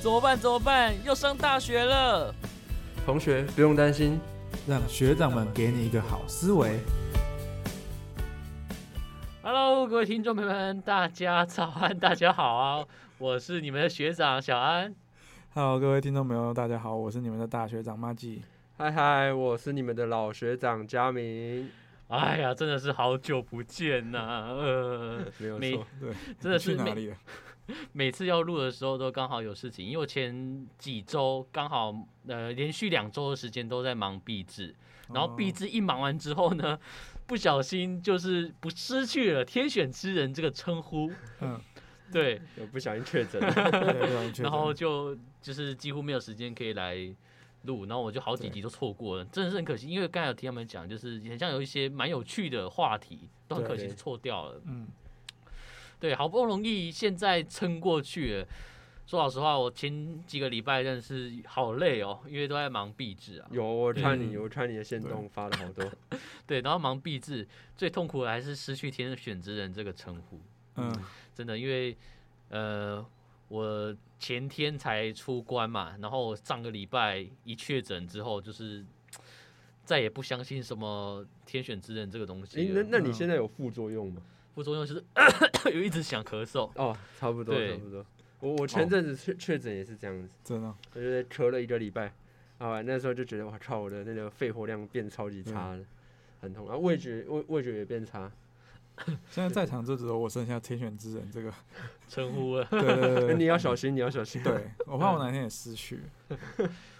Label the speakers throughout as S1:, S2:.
S1: 怎么办？怎么办？要上大学了！
S2: 同学不用担心，
S3: 让学长们给你一个好思维。
S1: Hello，各位听众朋友们，大家早安，大家好啊！我是你们的学长小安。
S3: Hello，各位听众朋友，大家好，我是你们的大学长马季。
S2: 嗨嗨，我是你们的老学长佳明，
S1: 哎呀，真的是好久不见呐、呃，
S2: 没有
S1: 没
S2: 错，
S3: 对，
S1: 真的
S3: 你
S1: 是
S3: 去哪
S1: 每
S3: 里了？
S1: 每次要录的时候都刚好有事情，因为我前几周刚好呃连续两周的时间都在忙壁纸，然后壁
S3: 哦
S1: 纸一忙完之后呢， 不小心就是不失去了“天选之人”这个称呼，
S3: 嗯，
S1: 对，
S2: 有不小心确 诊了，
S3: 对不然确诊
S1: 然后就就是几乎没有时间可以来录，然后我就好几集都错过了，真的是很可惜。因为刚才有听他们讲，就是很像有一些蛮有趣的话题，都很可惜
S2: 对
S1: 就错掉了。
S3: 嗯，
S1: 对，好不容易现在撑过去了。说老实话，我前几个礼拜真的是好累哦，因为都在忙壁纸啊。
S2: 有我看
S3: 嗯
S2: 你，我看你的线动发了好多，
S1: 对，然后忙壁纸最痛苦的还是失去“天选之人”这个称呼，
S3: 嗯
S1: 真的，因为呃，我前天才出关嘛，然后上个礼拜一确诊之后，就是再也不相信什么“天选之人”这个东西
S2: 诶，
S1: 了。
S2: 那那
S3: 嗯
S2: 你现在有副作用吗？
S1: 副作用就是 有一直想咳嗽。
S2: 哦，差不多，
S1: 对
S2: 差不多。我我前阵子确确诊也是这样子，
S3: 真的，
S2: 我就在咳了一个礼拜，好吧，那时候就觉得我靠，我的那个肺活量变超级差了，很痛啊，味觉味味觉也变差。
S3: 现在在场就只有我剩下天选之人这 个。
S1: 称呼了，
S3: 对对对
S2: 那 你
S3: 对
S2: 要小心，你要小心。
S3: 对，对我怕我哪天也失去。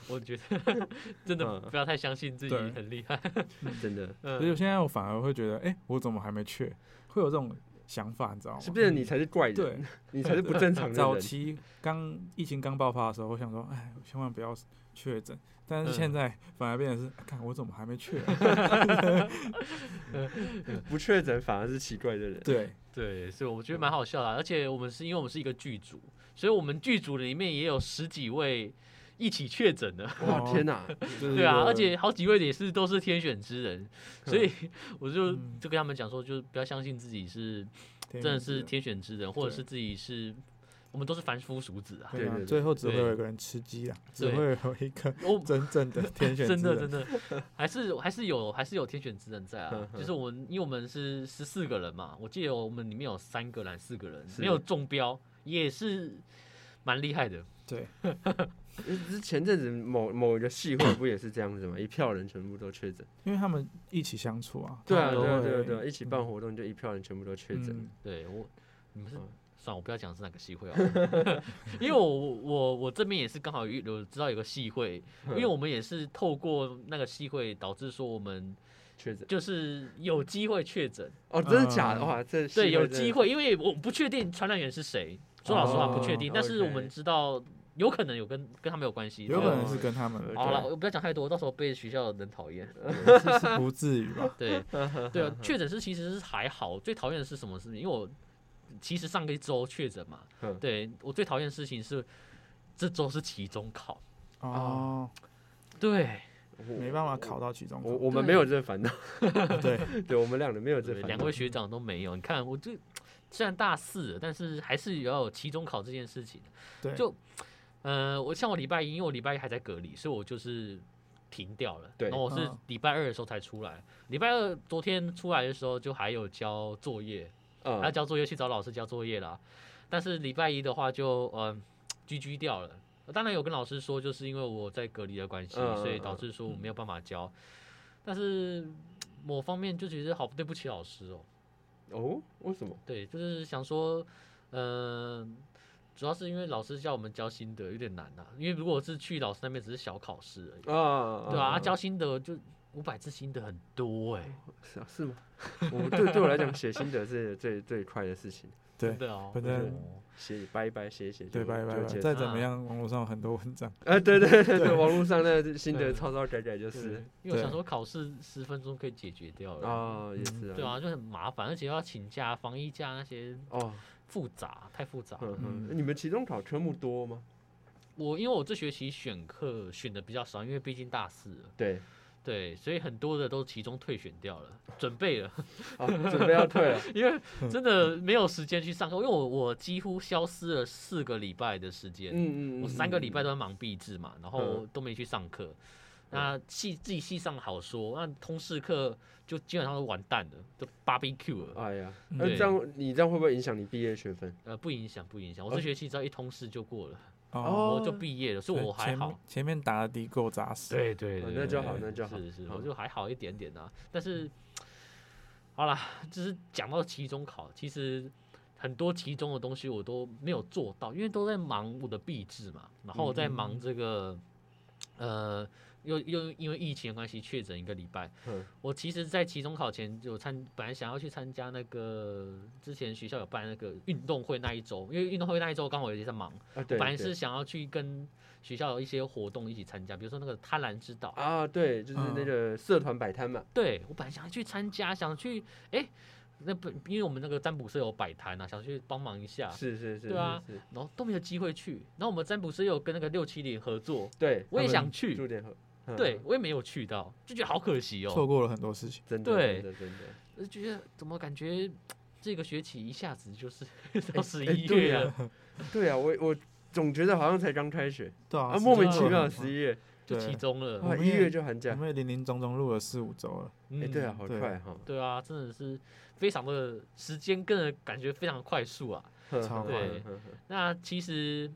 S1: 我觉 得真的
S2: 嗯
S1: 不要太相信自己
S3: 对
S1: 很厉害。
S2: 真的，
S3: 所以
S1: 嗯，
S3: 现在我反而会觉得，哎，我怎么还没去？会有这种想法，你知道吗？
S2: 是不是你才是怪人？
S3: 对，
S2: 你才是不正 常的
S3: 早
S2: 人。
S3: 期刚疫情刚爆发的时候，我想说，哎，我千万不要确诊。但
S1: 嗯
S3: 是现在反而变成是，哎看我怎么还 没去啊？
S2: 不确诊反而是奇怪的人。
S3: 对，
S1: 对，所以我觉得蛮好笑的啊。而且我们是因为我们是一个剧组，所以我们剧组里面也有十几位一起确诊的。
S2: 哇，
S3: 哦
S2: 天哪！
S3: 就是
S1: 对啊，
S3: 有
S1: 而且好几位也是都是天选之人，所以我就
S3: 嗯
S1: 就跟他们讲说，就是不要相信自己是
S3: 天
S1: 真的
S3: 选之
S1: 是
S3: 人
S1: 天选之人，或者
S3: 对
S1: 是自己是我们都是凡夫俗子啊。
S2: 对
S3: 对啊
S2: 对对
S3: 最后只会
S1: 对
S3: 有一个人吃鸡啊，只
S1: 对
S3: 会有一个
S1: 我
S3: 真正的天选
S1: 真
S3: 之
S1: 的
S3: 人
S1: 真的还是还是有还是有天选之人在啊，就是我们因为我们是十四个人嘛，我记得我们里面有三个男四个人
S2: 是
S1: 没有中标，也是蛮厉害的。
S3: 对，
S2: 呃之前阵子某某一个系会不也是这样子吗？一票人全部都确诊。
S3: 因为他们一起相处啊，
S2: 对啊，
S3: 他们
S2: 对
S3: 都
S2: 啊，
S3: 会
S2: 对啊，对啊，一起办
S3: 嗯
S2: 活动就一票人全部都确诊
S3: 嗯。
S1: 对我，你们是、
S2: 嗯
S1: 算了，我不要讲是哪个系会哦， 因为我我我这边也是刚好有有知道有个系会，因
S2: 嗯
S1: 为我们也是透过那个系会导致说我们
S2: 确诊
S1: 就是有机会确诊，
S2: 哦，真的假的？
S3: 嗯
S2: 哇，这系
S1: 对，有
S2: 真的
S1: 机会，因为我不确定传染源是谁，说老实话不确定，
S2: 哦
S1: 但是
S2: OK
S1: 我们知道有可能有跟跟他们有关系，
S3: 有可能
S1: 对
S3: 是跟他们，
S1: 好了，
S2: 对
S1: 我不要讲太多，到时候被学校的人讨厌。
S3: 是是不至于吧？
S1: 对对啊，确诊是其实是还好，最讨厌的是什么事情？因为我其实上个周确诊嘛，
S2: 嗯
S1: 对我最讨厌的事情是这周是期中考，
S3: 哦，
S1: 对，
S3: 没办法考到其中
S2: 我
S3: 考，
S2: 我们没有这烦恼，
S3: 对，
S2: 对我们两个没有这
S1: 对
S2: 烦恼。
S1: 两位学长都没有。你看我这虽然大四了，但是还是要有期中考这件事情。
S3: 对
S1: 就呃，我像我礼拜一，因为我礼拜一还在隔离，所以我就是停掉了。
S2: 对
S1: 然后我是
S3: 嗯
S1: 礼拜二的时候才出来。礼拜二昨天出来的时候就还有交作业，
S2: 嗯
S1: 要交作业去找老师交作业啦。但是礼拜一的话就呃居居掉了。当然有跟老师说，就是因为我在隔离的关系，
S2: 嗯
S1: 所以导
S2: 嗯嗯
S1: 致说我没有办法教。但是某方面就觉得好对不起老师哦，
S2: 哦，为什么？
S1: 对，就是想说，嗯、主要是因为老师叫我们交心得有点难呐、啊因为如果是去老师那边只是小考试而已，
S2: 啊，
S1: 对吧、啊？交心得就五百字心得很多哎、
S2: 是啊是吗？ 我对对我来讲，写心得是最最快的事 情，
S3: 对
S1: 真的哦，
S3: 反
S2: 正
S1: 哦
S2: 写掰一掰，写一写就
S3: 对，拜拜
S2: 就
S3: 拜，
S2: 结束
S3: 再怎么
S1: 啊
S3: 样，网络上有很多文章，
S2: 啊，对对对对，网络上的心
S1: 对
S2: 得抄抄改改就
S1: 对
S2: 是
S1: 因为我想
S3: 对
S1: 说考试十分钟可以解决掉了。
S2: 啊，也是
S1: 对
S2: 啊，
S1: 啊，就很麻烦，而且要请假、防疫假那些
S2: 哦，
S1: 复杂，太复杂了。
S2: 嗯，
S3: 嗯
S2: 嗯你们期中考科目多吗？
S1: 我因为我这学期选课选的比较少，因为毕竟大四了，
S2: 对，
S1: 对，所以很多的都其中退选掉了，准备了，
S2: 好，准备要退了，
S1: 因为真的
S2: 嗯
S1: 没有时间去上课，因为我我几乎消失了四个礼拜的时间，
S2: 嗯嗯，
S1: 我
S2: 嗯
S1: 三个礼拜都在忙毕制嘛，然后
S2: 嗯
S1: 都没去上课。那系自己系上好说，那通识课就基本上都完蛋了，就 barbecue 了。
S2: 哎呀，
S3: 嗯
S2: 那这样你这样会不会影响你毕业学分？
S1: 呃，不影响，不影响。我这学期只要一通识就过了，
S2: 哦
S1: 我就毕业了，所以我还
S3: 前
S1: 好
S3: 面。前面打的底够扎实，
S1: 对对
S2: 哦
S1: 对，
S2: 那就好
S1: 对
S2: 那就好
S1: 是是，
S2: 好
S1: 我就还好一点点啊。但是，好啦，就是讲到期中考，其实很多期中的东西我都没有做到，因为都在忙我的毕制嘛，然后我
S2: 嗯
S1: 在忙这个，呃，又又因为疫情的关系确诊一个礼拜。
S2: 嗯
S1: 我其实，在期中考前就参，本来想要去参加那个之前学校有办那个运动会那一周，因为运动会那一周刚好也在忙，
S2: 啊，对，
S1: 本来
S2: 对
S1: 是想要去跟学校有一些活动一起参加，比如说那个贪婪之岛，
S2: 啊，对，就是那
S3: 嗯
S2: 个社团摆摊嘛，
S1: 对我本来想去参加，想去哎、那本因为我们那个占卜社有摆摊啊，想去帮忙一下，
S2: 是是是，
S1: 对啊
S2: 是，是
S1: 然后都没有机会去。然后我们占卜社有跟那个六七零合作，
S2: 对，
S1: 我也
S2: 他们
S1: 想去
S2: 驻点和，嗯
S1: 对，我也没有去到，就觉得好可惜
S3: 错
S1: 哦，
S3: 过了很多事情。
S2: 真的，
S1: 对
S2: 真的真
S1: 就
S2: 的，
S1: 觉得怎么感觉这个学期一下子就是 到十
S2: 哎
S1: 一
S2: 对
S1: 月
S2: 啊
S1: 了，
S2: 对啊，我我总觉得好像才刚开学
S3: 对啊
S2: 啊，莫名
S1: 啊
S2: 其妙十一月，
S1: 就期
S3: 对
S1: 中了，
S3: 我
S2: 啊，
S3: 们
S2: 一
S3: 也
S2: 月就寒
S3: 我
S2: 假，
S3: 们也零零总总录了四五周了，
S1: 嗯
S2: 哎，对啊，好
S3: 对
S2: 快哈，
S1: 对啊，真的是非常的时间跟人感觉非常快速啊。
S2: 哼
S3: 超
S2: 哼
S1: 快
S2: 哼哼哼
S1: 那其实，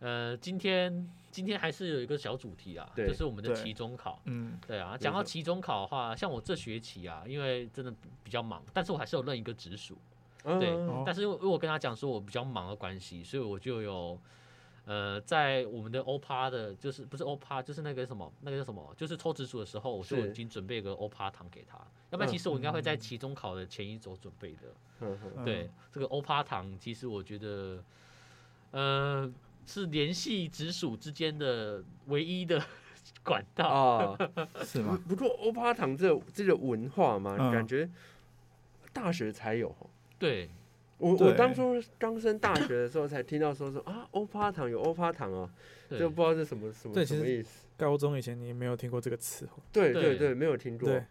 S1: 呃，今天今天还是有一个小主题啊，
S2: 对
S1: 就是我们的
S3: 对
S1: 期中考。
S3: 嗯，
S1: 对啊，
S2: 没
S1: 讲到
S2: 错
S1: 期中考的话，像我这学期啊，因为真的比较忙，但是我还是有认一个直属，
S2: 嗯
S1: 对
S2: 嗯嗯
S3: 哦
S1: 但是因为因为我跟他讲说我比较忙的关系，所以我就有。呃，在我们的欧趴的，就是不是欧趴，就是那个什么，那个叫什么，就是抽直属的时候，我就已
S2: 是
S1: 经准备个欧趴糖给他，要不然其实我应该会在期中考的前一周准备的。
S2: 哼哼，
S3: 嗯
S1: 对，这个欧趴糖，其实我觉得，呃，是联系直属之间的唯一的 管道。
S2: 啊，
S3: 是
S2: 不
S3: 吗？
S2: 不过欧巴糖这这个文化嘛，
S3: 嗯
S2: 感觉大学才有哦。
S1: 对，
S2: 我我
S3: 对
S2: 当初刚升大学的时候才听到说说啊，欧巴糖有欧巴糖哦，
S1: 对
S2: 就不知道是什么什么
S3: 对
S2: 什
S3: 其
S2: 么
S3: 实
S2: 意思。
S3: 高中以前你没有听过这个词哦，
S2: 对对
S1: 对
S2: 对，没有听过
S3: 对，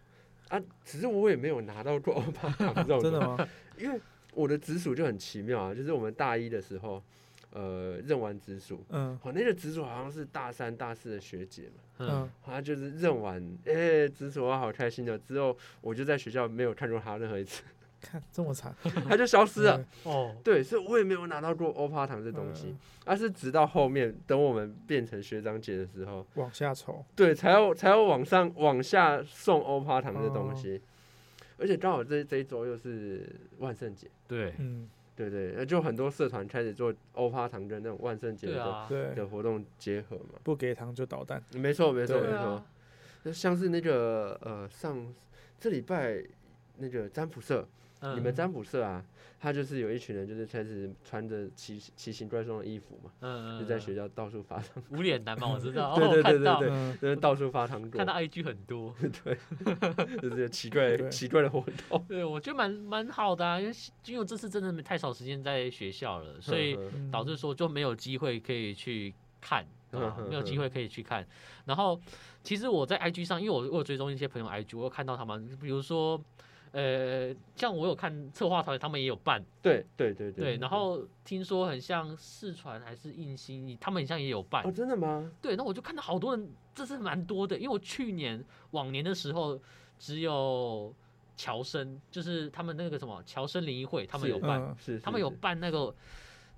S2: 啊，只是我也没有拿到过欧巴糖这种
S3: 真的吗？
S2: 因为我的直属就很奇妙啊，就是我们大一的时候，呃，认完直属，
S3: 嗯
S2: 哦，那个直属好像是大三大四的学姐嘛，
S1: 嗯
S3: 嗯，
S2: 她就是认完，哎、直属我好开心的，之后我就在学校没有看过她任何一次，
S3: 看这 么惨，
S2: 她就消失了。
S1: 哦，
S2: 对，所以我也没有拿到过欧帕糖这东西
S3: 嗯，
S2: 而、是直到后面等我们变成学长姐的时候，
S3: 往下瞅，
S2: 对，才要才要往上往下送欧帕糖这东
S1: 哦
S2: 西。而且刚好这这一周又是万圣节，
S1: 对，
S3: 嗯，
S2: 对对，呃就很多社团开始做欧帕糖跟那种万圣节
S1: 对
S2: 的
S1: 啊，
S3: 对，
S2: 的活动结合嘛。
S3: 不给糖就捣蛋，
S2: 没错，没错，
S3: 对
S2: 没
S1: 对
S2: 错
S1: 啊。，
S2: 就像是那个呃，上这礼拜那个占卜社，
S1: 嗯
S2: 你们占卜社啊，他就是有一群人，就是开始穿着奇奇形怪状的衣服嘛，
S1: 嗯
S2: 就
S1: 嗯
S2: 在
S1: 嗯
S2: 学校到处发糖，
S1: 无脸男嘛，我知道，
S2: 对
S1: 哦
S2: 对
S1: 我
S2: 对
S1: 看
S2: 对
S1: 到
S2: 对
S3: 嗯
S2: 就是到处发糖果
S1: 看，到 IG 很多，
S2: 就是有奇怪
S3: 对
S2: 奇怪的活动。
S1: 对我觉得蛮蛮好的啊，因为因为我这次真的太少时间在学校了，所以
S3: 嗯
S1: 导致说就没有机会可以去看。对吧
S2: 嗯哼
S1: 没有机
S2: 哼
S1: 会可以去看，然后其实我在 IG 上，因为我我有追踪一些朋友 IG，我有看到他们，比如说，呃，像我有看策划团，他们也有办，
S2: 对对对
S1: 对，然后听说很像四川还是印心，他们很像也有办
S2: 哦，，真的吗？
S1: 对，那我就看到好多人，这次蛮多的，因为我去年往年的时候只有乔生，就是他们那个什么乔生联谊会，他们
S2: 是
S1: 有办，
S3: 嗯，
S2: 是，
S1: 他
S2: 是
S1: 们有
S2: 是
S1: 办那个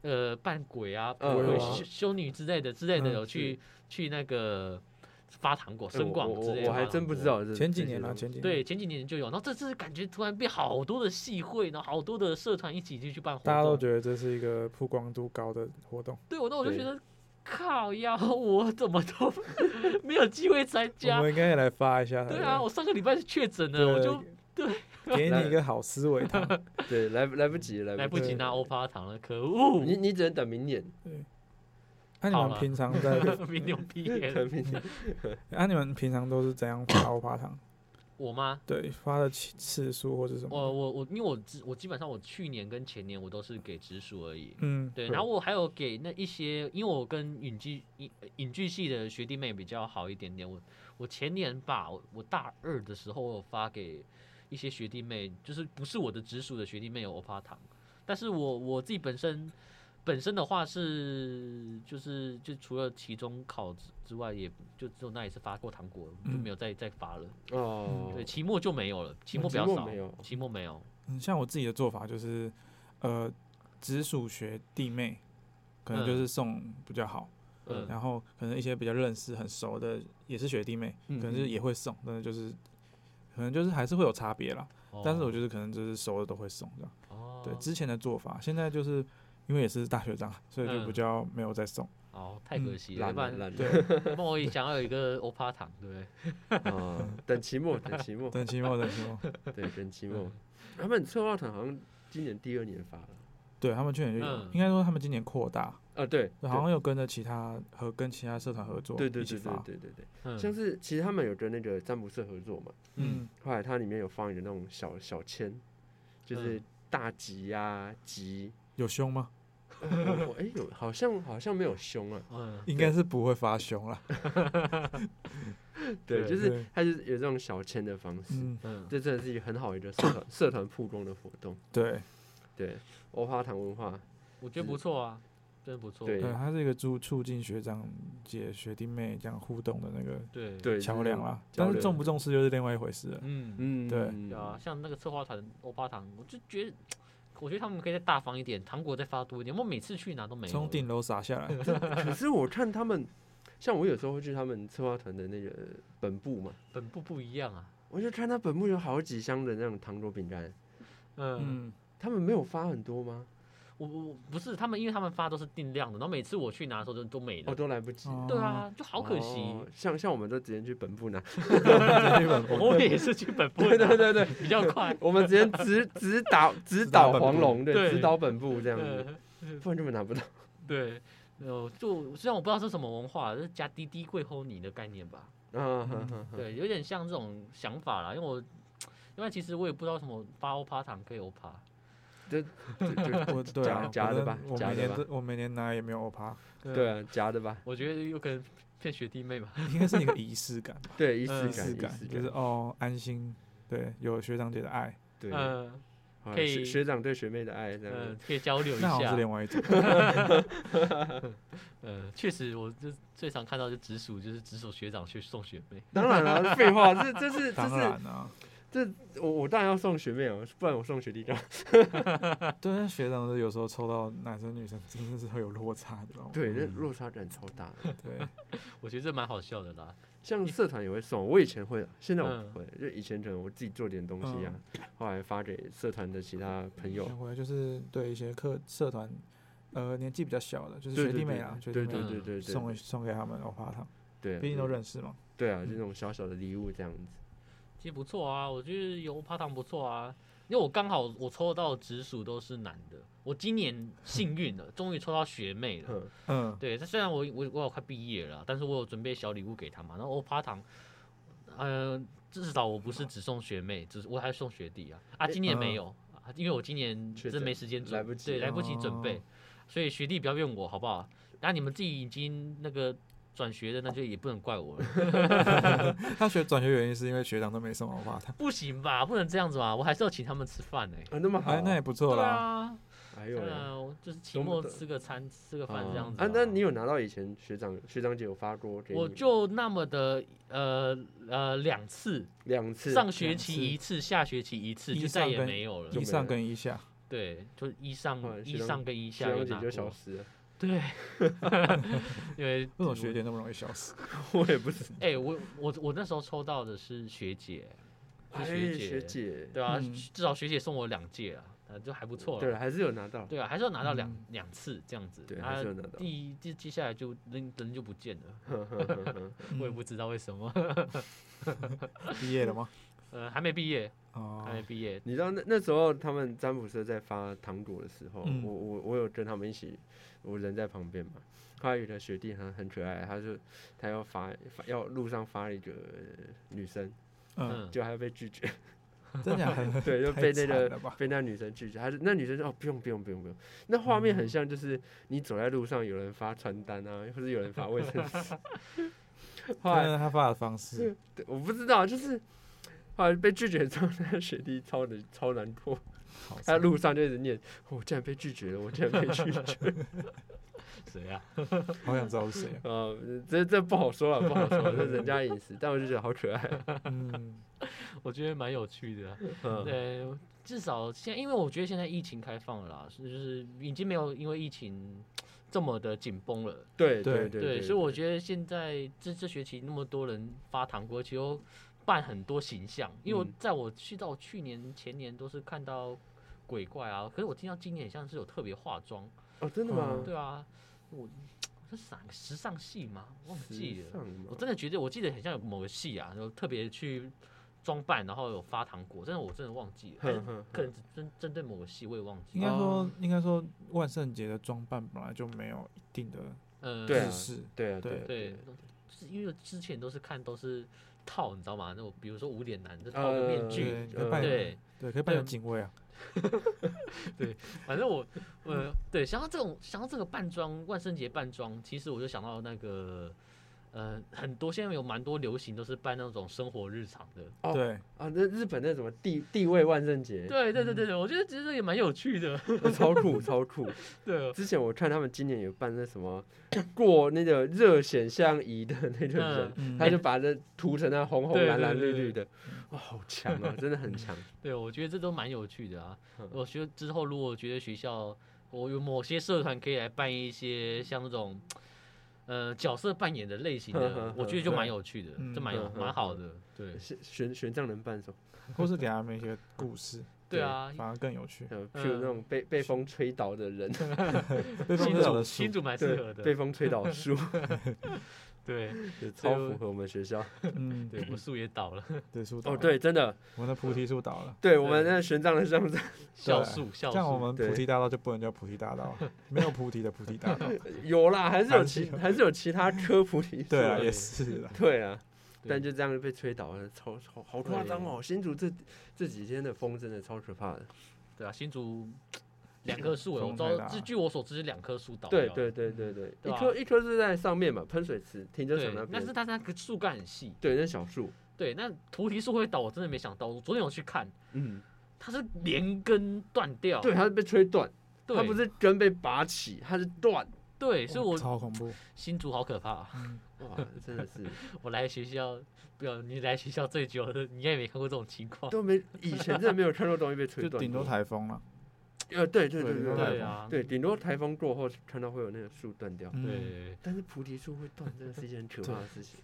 S1: 呃扮鬼啊、
S2: 嗯
S1: 鬼
S3: 嗯
S1: 修修女之类的之类的，
S3: 嗯
S1: 有去去那个发糖果、
S2: 哎我
S1: 升广
S2: 我
S1: 之类的
S2: 我还
S1: 发
S2: 真
S1: 糖
S2: 不
S1: 果
S2: 知。道这
S3: 前几年
S2: 了
S3: 啊，，前几年，
S1: 对，前几年就有，然后这次感觉突然变好多的戏会，然后好多的社团一起就去办活动，
S3: 大家都觉得这是一个曝光度高的活动，
S1: 对我，那我就
S2: 对
S1: 觉得靠呀，我怎么都 没有机会参
S3: 我
S1: 加。
S3: 们应该也来发一下。
S1: 啊对啊，我上个礼拜是确诊
S3: 对
S1: 了，我就
S3: 给你一个好思维 糖，
S2: 对，来不来不及了，
S1: 来不及
S3: 对
S1: 拿欧巴糖了，可恶！
S2: 你你只能等明年，
S3: 那你
S1: 好
S3: 们
S1: 了
S3: 平常在，
S1: 明牛逼耶！
S2: 等明年。
S3: 那你们平常都是怎样发欧巴糖？
S1: 我吗？
S3: 对发的次次数或者什么，
S1: 我我我，因为我只我基本上我去年跟前年我都是给直属而已。
S3: 嗯，
S1: 对，
S2: 嗯
S1: 然后我还有给那一些，因为我跟影剧影影剧系的学弟妹比较好一点点。我我前年吧，我我大二的时候我有发给一些学弟妹，就是不是我的直属的学弟妹有欧帕糖，但是我我自己本身本身的话是就是就除了期中考之之外，也就只有那一次发过糖果，就没有再再发了。
S2: 嗯哦，
S1: 嗯对，期末就没有了，期
S2: 哦
S1: 末比较
S2: 期末
S1: 少
S2: 没有，
S1: 期末没有。
S3: 嗯像我自己的做法就是，呃，直属学弟妹可能就
S1: 嗯
S3: 是送比较好，
S1: 嗯
S3: 然后可能一些比较认识很熟的也是学弟妹，
S2: 嗯
S3: 可能就是也会送，但是就是可能就是还是会有差别啦。
S2: 哦
S3: 但是我就是可能就是熟的都会送这样。
S1: 哦，
S3: 对，之前的做法，现在就是因为也是大学长，所以就比
S1: 嗯
S3: 较没有再送。
S1: 哦，太可惜了，
S2: 懒
S1: 不
S2: 了
S1: 然
S2: 懒
S3: 对，
S1: 帮我也想要有一个欧趴糖，对不对？
S2: 了啊，等期末，等期末，
S3: 等期末，等期 末。
S2: 对，等期
S3: 嗯
S2: 末。他们策划团好像今年第二年发了，
S3: 对他们去年就有，
S1: 嗯
S3: 应该说他们今年扩大，
S2: 啊，对，对
S3: 好像有跟着其他和跟其他社团合作，
S2: 对对
S3: 一起
S2: 对对
S3: 发。
S2: 对对对，
S1: 嗯，
S2: 像是其实他们有跟那个詹姆斯合作嘛，
S3: 嗯，
S2: 后来它里面有放一个那种小小签，就是
S1: 嗯
S2: 大吉啊吉，
S3: 有胸吗？
S2: 我哎有好像好像没有凶啊，
S1: 嗯
S3: 应该是不会发胸 啦。
S2: 对，
S1: 对
S2: 就是
S3: 对
S2: 它就是有这种小签的方式，
S3: 嗯，
S1: 嗯，
S2: 这真的是一个很好一个社团社团曝光的活动，
S3: 对，
S2: 对，欧花堂文化，
S1: 我觉得不错啊，真的不错。
S2: 对
S3: 对，它是一个促促进学长姐、学弟妹这样互动的那个
S1: 对对，
S2: 对
S3: 桥梁啦。
S2: 桥
S3: 但是
S2: 梁
S3: 重不重视又是另外一回事了。
S1: 嗯，
S2: 嗯
S3: 对
S1: 对啊，像那个策划团欧趴糖，我就觉得，我觉得他们可以再大方一点，糖果再发多一点。我每次去拿都没有。
S3: 从顶楼 洒下来，
S2: 可是我看他们，像我有时候会去他们策划团的那个本部嘛，
S1: 本部不一样啊。
S2: 我就看他本部有好几箱的那种糖果饼干，
S1: 嗯，
S3: 嗯，
S2: 他们没有发很多吗？
S1: 我我我不是他们，因为他们发都是定量的，然后每次我去拿的时候都都没
S2: 哦，
S1: 了。
S2: 都来不及了，
S3: 哦
S1: 对啊，就好可惜。
S2: 哦像像我们都直接去本部拿，
S3: 这是一本不
S1: 我也是去本部拿，
S2: 对 对对对，
S1: 比较快。
S2: 我们直接指指 导指导
S3: 导本部
S2: 黄龙，
S1: 对
S2: 对，指导本部这样子，
S1: 对
S2: 不然根本拿不到。
S1: 对，呃，就虽然我不知道是什么文化，就是加滴滴跪吼你的概念吧。
S2: 啊，哈哈哈
S1: 对，有点像这种想法啦，因为我，因为其实我也不知道什么发欧趴糖可以欧趴，
S2: 就就
S3: 我对啊，
S2: 夹
S3: 反
S2: 嗯的吧
S3: 正我
S2: 夹
S3: 每
S2: 的
S3: 年
S2: 吧
S3: 都我每年拿也没有欧趴，
S2: 对，啊，夹的吧，
S1: 我觉得有可能骗学弟妹吧，
S3: 应该是一个仪 式感吧，
S2: 对，仪式
S1: 嗯
S2: 感，
S3: 仪式
S2: 仪式
S3: 感就是哦，安心，对，有学长姐的爱，
S2: 对，
S1: 嗯
S2: 好
S1: 可以
S2: 学学长对学妹的爱这样
S1: 嗯
S2: 子，，
S1: 可以交流一
S3: 那好像是
S1: 下，
S3: 另外一 种，
S1: 嗯，确实，我就最常看到就直属就是直属学长去送学妹，
S2: 当 然了，废话，这这是这
S3: 当
S2: 是
S3: 然啊，
S2: 我我当然要送学妹哦，不然我送学弟干嘛？
S3: 对，但学长是有时候抽到男生女生真的是会有落差的哦，
S2: 对，那落差感超大的。
S3: 对，
S1: 我觉得这蛮好笑的啦，
S2: 像社团也会送，我以前会啊，现在我
S1: 嗯
S2: 不会。就以前可能我自己做点东西啊，后来发给社团的其他朋友
S3: 想。回来就是对一些课社团，呃，年纪比较小的，就是
S2: 对
S3: 学
S2: 对
S3: 弟妹
S2: 对
S3: 啊，学弟
S2: 对对
S3: 妹
S1: 啊
S2: 对对对，
S3: 送给送给他们欧趴糖，
S2: 对啊，
S3: 毕竟都
S2: 对
S3: 认识嘛，
S2: 对啊，就那种小小的礼物这样子。
S1: 其实不错啊，我觉得有欧趴糖不错啊，因为我刚好我抽到直属都是男的，我今年幸运了，终于抽到学妹了。
S2: 哼，
S3: 嗯，
S1: 对，但虽然我我我有快毕业了啦，但是我有准备小礼物给他嘛。然后欧趴糖，呃，至少我不是只送学妹，只是我还送学弟啊。啊，
S2: 诶
S1: 今年没
S3: 嗯
S1: 有，啊因为我今年
S2: 确
S1: 真
S2: 诊
S1: 没时间准，
S2: 来不及
S1: 对，来不及准备
S3: 哦，
S1: 所以学弟不要怨我好不好？那、你们自己已经那个转学的，那就也不能怪我了，
S3: 他学转学原因是因为学长都没送欧趴糖，
S1: 不行吧？不能这样子吧？我还是要请他们吃饭呢、欸。
S2: 啊，那么好
S3: 哎，
S2: 啊，
S3: 那也不错
S1: 对
S3: 啦，
S1: 啊，
S2: 还有
S1: 对
S2: 嘞。
S1: 啊，我就是期
S2: 懂不
S1: 末
S2: 懂
S1: 吃个餐，吃个饭
S2: 啊
S1: 这样子
S2: 啊，那
S1: 嘛
S2: 你有拿到以前学长学长姐有发过给你吗？
S1: 我就那么的呃呃两次，
S2: 两次，
S1: 上学
S3: 两
S1: 期
S3: 次
S1: 一次，下学期一次，
S3: 一
S1: 就再
S3: 上
S1: 也
S3: 跟
S1: 没有了
S2: 就。
S3: 一
S2: 没
S3: 上
S2: 了
S3: 跟一下，
S1: 对，就一上
S2: 后来学
S1: 一
S2: 长
S1: 上跟一
S2: 学
S1: 下有
S2: 长姐
S1: 拿
S2: 就消
S1: 过。
S2: 失了，
S1: 对，因为
S3: 为什么学姐那么容易消失？
S2: 我也不知。
S1: 哎、我我我那时候抽到的是学姐，
S2: 哎，
S1: 是
S2: 学
S1: 学姐，
S2: 姐，
S1: 对啊，
S3: 嗯
S1: 至少学姐送我两届啊，啊就还不错
S2: 对
S1: 了。
S2: 了，还是有拿到，
S1: 对啊，还是要拿到两
S3: 嗯
S1: 两、次这样子。
S2: 对，还
S1: 啊
S2: 是，有拿到。
S1: 第一接接下来就人人就不见了， 我也
S3: 嗯
S1: 不知道为什么。
S3: 毕业了吗？
S1: 呃，还没毕业，
S3: 哦
S1: 还，
S2: 哎
S1: 没毕业。
S2: 你知道那那时候他们詹姆斯在发糖果的时候，
S3: 嗯
S2: 我我我有跟他们一起，我人在旁边嘛。后来有个学弟很很可爱，他就他要发发要路上发了一个女生，
S3: 嗯，
S1: 嗯，
S2: 就还被拒绝，
S3: 真假的
S2: 嗯对，就
S3: 太
S2: 被那
S3: 惨
S2: 个
S3: 了吧
S2: 被那女生拒绝，还是那女生说哦不用不用不用不用，那画面很像就是你走在路上有人发传单啊，
S3: 嗯
S2: 或者有人发卫生纸， 后
S3: 看
S2: 来
S3: 到他发的方式，
S2: 对我不知道，就是后来被拒绝之后，那个学弟超难超难过，他
S3: 好
S2: 在
S3: 惨
S2: 路上就一直念哦我竟然被拒绝了，我竟然被拒绝了，。
S1: 谁啊？
S3: 好想知道是谁啊
S2: 呃，这这不好说啊了，不好说，这是人家隐私，但我就觉得好可爱 啊，
S3: 嗯，
S1: 我觉得蛮有趣的啊、
S2: 嗯
S1: 对，至少现在，因为我觉得现在疫情开放了啦，是就是已经没有因为疫情这么的紧绷了。
S2: 对
S3: 对
S2: 对
S1: 对，所以我觉得现在这这学期那么多人发糖果，其实都办很多形象，因为我
S2: 嗯
S1: 在我去到去年前年都是看到鬼怪啊，可是我听到今年像是有特别化妆，
S2: 哦真的吗
S3: 嗯？
S1: 对啊，我这是哪个时尚系吗？忘记
S2: 时
S1: 了，
S2: 尚嘛
S1: 我真的觉得我记得很像有某个系啊，然后特别去装扮，然后有发糖果，但是我真的忘记了，还是
S2: 哼哼
S1: 可能只针针对某个系我也忘
S3: 应
S1: 记
S3: 该
S1: 了，
S2: 哦
S3: 说，应该说，万圣节的装扮本来就没有一定的
S1: 呃，
S2: 对啊
S3: 制式，
S2: 对啊，
S3: 对
S2: 对啊
S1: 对
S2: 啊，
S1: 就是因为之前都是看都是套，你知道吗？那种比如说无脸男就套个
S2: 呃
S1: 面具，嗯
S2: 呃
S3: 对，可以扮演，
S1: 对，
S3: 对，可以扮演
S1: 对
S3: 警卫啊。
S1: 反正我呃对，想到这种想到这个扮装，万圣节扮装，其实我就想到那个呃很多现在有蛮多流行都是扮那种生活日常的，
S2: 哦
S3: 对，
S2: 啊，那日本那什么地地位万圣节，
S1: 对对对对对，我觉得其实也蛮有趣的，
S2: 超酷超 酷。
S1: 对，
S2: 之前我看他们今年有办那什么过那个热显像仪的那个人，
S3: 嗯
S2: 他就把那涂成那红红
S1: 对
S2: 蓝蓝
S1: 对
S2: 绿
S1: 对
S2: 绿的，哇，好强啊，真的很强。
S1: 对，我觉得这都蛮有趣的啊
S2: 嗯。
S1: 我觉得之后如果觉得学校，我有某些社团可以来办一些像那种，呃，角色扮演的类型
S2: 呵呵
S1: 的
S2: 呵，
S1: 我觉得就蛮
S3: 对
S1: 有趣的，
S3: 嗯
S1: 就蛮有
S2: 呵呵
S1: 蛮好
S2: 呵
S1: 的。对
S2: 玄玄玄奘能办什么？
S3: 或是给他们一些故事，
S1: 对啊，
S3: 反而更有趣。
S2: 呃
S1: 嗯
S2: 譬如那种被被风吹倒的人，哎
S3: 被放
S1: 新
S3: 倒的
S1: 主
S3: 树
S1: 新，主蛮适合
S2: 对，
S1: 的。
S2: 被风吹倒树，
S1: 对
S2: 就超符合我们学校。
S3: 嗯，
S1: 对，我树也倒 了，
S3: 对，树
S2: 哦，
S3: 倒了，
S2: 对，真的，
S3: 我们的菩提树倒了。
S2: 对我们那玄奘的上次
S1: 校
S3: 对
S1: 树校
S3: 这样我
S1: 树。
S3: 们
S2: 对
S3: 菩提大道就不能叫菩提大 道了，没有菩提的菩提大道。
S2: 有啦，还是有其
S3: 还是有
S2: 还是有其他科普题。
S3: 对啊，
S1: 对
S3: 也是啦。
S2: 对啊。
S1: 对
S2: 但就这样被吹倒了，超超好夸张
S1: 对
S2: 哦！新竹这这几天的风真的超可怕的。
S1: 对啊，新竹两棵树欸，我
S3: 风
S1: 知
S3: 太
S1: 道，
S3: 大
S1: 据据我所知是两棵树倒掉
S2: 对
S1: 了。
S2: 对对对对，
S1: 对
S2: 一
S1: 啊
S2: 棵一棵是在上面嘛，喷水池停车场那
S1: 对，但
S2: 边
S1: 是。它那个树干很细。
S2: 对，那小树，
S1: 对，那菩提树会倒，我真的没想到。我昨天有去看，
S2: 嗯，
S1: 它是连根断掉。
S2: 对，它是被吹断，
S1: 对，
S2: 它不是根被拔起，它是断。
S1: 对，所以
S3: 哇
S1: 我
S3: 超恐怖。
S1: 新竹好可怕、
S2: 哇，真的是
S1: 我来学校，不要你来学校最久了，你应该也没看过这种情况。
S2: 都没以前真的没有看过东西被吹
S3: 就
S2: 断。
S3: 顶多。台风了，
S2: 呃，对对
S3: 对
S2: 对
S3: 顶多
S2: 对
S3: 台
S1: 对
S2: 对
S3: 风
S1: 啊，
S2: 对，顶多台风过后看到会有那个树断掉，
S3: 嗯，
S1: 对，
S2: 但是菩提树会断，真的是一件很可怕的事情。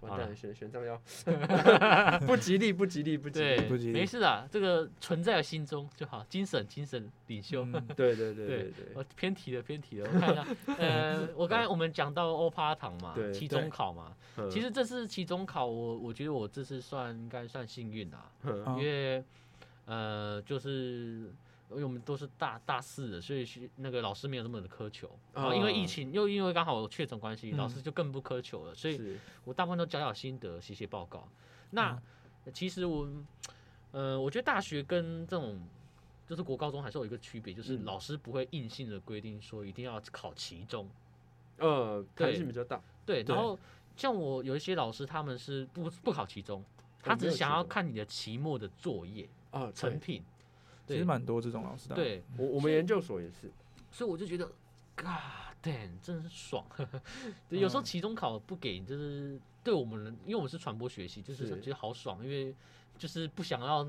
S2: 完
S1: 好了
S2: 蛋，玄玄奘要 不吉利，不吉利，不吉利。
S3: 不
S1: 对，
S3: 吉利
S1: 没事啊，这个存在心中就好，精神精神领袖。
S3: 嗯
S2: 对对
S1: 对
S2: 对对对。
S1: 我偏题了，偏题了。我看一下， 呃，我刚才我们讲到欧趴堂嘛，
S2: 对
S1: 期
S3: 对
S1: 中考嘛，
S2: 嗯
S1: 呃其实这次期中考我，我觉得我这次算应该算幸运啦、
S2: 嗯
S3: 啊
S1: 因为呃，就是因为我们都是大大四的，所以是那个老师没有那么的苛求。然后因为疫
S2: 啊
S1: 情，又因为刚好有确诊关系，
S3: 嗯
S1: 老师就更不苛求了，所以
S2: 是
S1: 我大部分都交交心得，写写报告。那其实我，呃，我觉得大学跟这种就是国高中还是有一个区别，就是
S2: 嗯
S1: 老师不会硬性的规定说一定要考期中。
S2: 呃弹
S1: 对
S2: 性比较大，
S1: 对，
S3: 对
S1: 然后像我有一些老师，他们是不不考期中，他
S2: 没
S1: 只
S2: 有
S1: 想
S2: 期
S1: 要
S2: 中
S1: 看你的期末的作业
S2: 啊，
S1: 成
S2: 对，
S1: 品。
S3: 其
S1: 对
S3: 实蛮多这种老师的。，啊
S1: 对，
S2: 我我
S1: 所
S2: 们
S1: 以
S2: 研究所也是，
S1: 所以我就觉得，God damn，真是爽。 对，有时候
S3: 嗯
S1: 期中考不给，就是对我们，因为我们是传播学系，就是
S2: 是
S1: 觉得好爽，因为就是不想要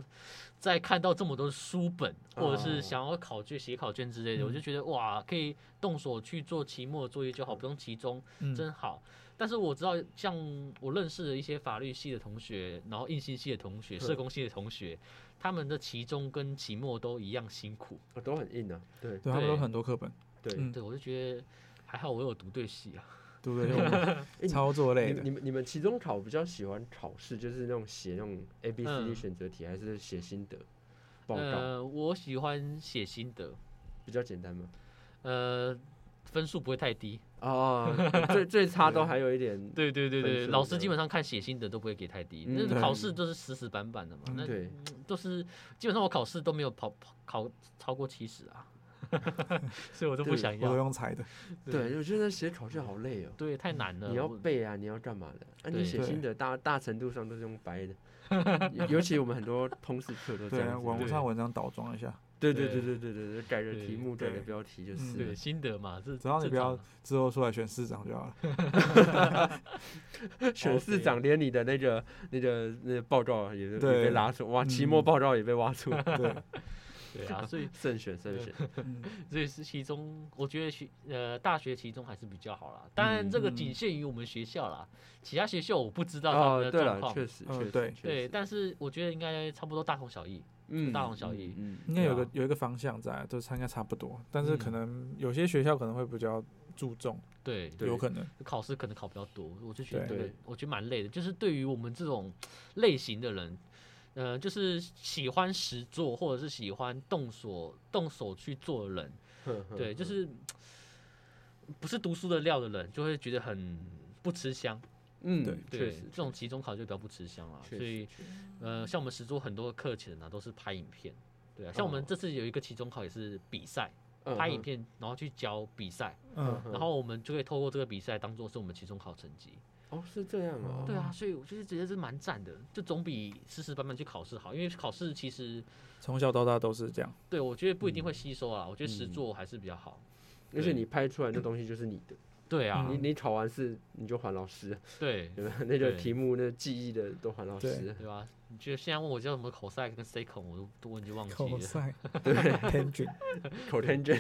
S1: 再看到这么多书本，或者是
S2: 哦
S1: 想要考卷、写考卷之类的，我就
S3: 嗯
S1: 觉得哇，可以动手去做期末作业就好，不用期中。
S3: 嗯，
S1: 真好。但是我知道，像我认识的一些法律系的同学，然后应信系的同学、社
S2: 嗯
S1: 工系的同学，他们的期中跟期末都一样辛苦。
S2: 啊都很硬啊，对
S3: 对，他们
S1: 对
S3: 有很多课本，
S2: 对
S3: 嗯，
S1: 对我就觉得还好，我有读对系啊。
S3: 对不对？因为我
S1: 哎
S3: 们操作类
S2: 你
S3: 的
S2: 你，们你们期中考比较喜欢考试，就是那种写那种 A B C
S1: 嗯
S2: D 选择题，还是写心得报告
S1: 呃，我喜欢写心得，
S2: 比较简单吗？
S1: 呃，分数不会太低。
S2: 哦，最最差都还有一点，
S1: 对对对
S2: 分
S1: 对，
S2: 数
S1: 老
S2: 这
S1: 师基
S2: 样
S1: 本上看写信的都不会给太低，
S2: 嗯
S1: 那
S3: 对
S1: 考试都是死死板板的嘛，
S3: 嗯
S1: 那
S2: 对
S1: 都是基本上我考试都没有跑跑考超过七十啊，所以我都不
S2: 对
S1: 想
S3: 我都
S1: 要。
S3: 用猜的，
S2: 对，我觉得写考卷好累哦。
S1: 对，太难了。
S2: 你要
S1: 我
S2: 背啊，你要干嘛的？啊，你
S1: 对
S2: 写心得大大程度上都是用白的，尤尤其我们很多通识课都这
S3: 对啊，
S2: 样子。
S3: 网络
S1: 对
S3: 上文章倒装一下，
S2: 对
S1: 对
S2: 对对对对对对，改个
S1: 对
S2: 题目，改个
S3: 对
S2: 标题就
S3: 嗯
S2: 是
S1: 对
S2: 了。
S1: 心得嘛，这
S3: 只要你
S1: 正
S3: 不要
S1: 常啊
S3: 之后出来选市长就好了。
S2: 选市长连你的那个那个那个报告也是也
S3: 对
S2: 被拉出，哇，期末
S3: 嗯
S2: 报告也被挖出，
S3: 对，
S1: 对 啊，所以
S2: 慎选慎选。
S3: 嗯
S1: 所以是其中，我觉得学呃大学其中还是比较好啦。当然
S2: 嗯
S1: 这个
S3: 嗯
S1: 仅限于我们学校啦，其他学校我不知道他们
S2: 哦，
S1: 的
S2: 对
S1: 状
S2: 了，
S1: 况。
S2: 确实，
S3: 嗯
S2: 确实，
S3: 对
S2: 确
S1: 对，
S2: 实，
S1: 但是我觉得应该差不多大同小异。
S2: 嗯
S1: 大同小异
S2: 嗯，
S3: 应该有
S1: 对啊
S3: 个有一个方向在，都参加差不多，但是可
S1: 嗯
S3: 能有些学校可能会比较注重，
S1: 对，
S2: 对
S3: 有可能，
S1: 考试可能考比较多，我就觉得这
S3: 对
S1: 个我觉得蛮累的。就是对于我们这种类型的人，呃，就是喜欢实做或者是喜欢动手动手去做的人，
S2: 呵呵
S1: 对，就
S2: 呵
S1: 是不是读书的料的人，就会觉得很不吃香。
S2: 嗯，
S3: 对
S1: 对
S2: 确实，，
S1: 这种期中考就比较不吃香啦。
S2: 确
S1: 所以，呃，像我们实做很多课程啊，都是拍影片。对啊，像我们
S2: 哦
S1: 这次有一个期中考也是比赛，
S2: 嗯
S1: 拍影
S2: 哼，
S1: 片，然后去教比赛，
S3: 嗯，
S1: 然后我们就可以透过这个比赛当做是我们期中考成绩。
S2: 哦，是这样啊，
S1: 对啊，所以我就是觉得这蛮赞的，就总比死死板板去考试好，因为考试其实
S3: 从小到大都是这样，
S1: 对我觉得不一定会吸收啊，我觉得实
S2: 嗯
S1: 做还是比较好。
S2: 而且
S1: 对
S2: 你拍出来的东西就是你的，
S1: 对啊，
S2: 你你考完试你就还老师，
S1: 对
S2: 对吧？那个
S1: 对
S2: 题目那记忆的都还老师，
S1: 对吧？你觉得现在问我叫什么口塞跟 C 孔，我都都忘记忘记
S3: 口
S1: 了，
S3: 塞
S2: 对，
S3: tangent，
S2: 口天真，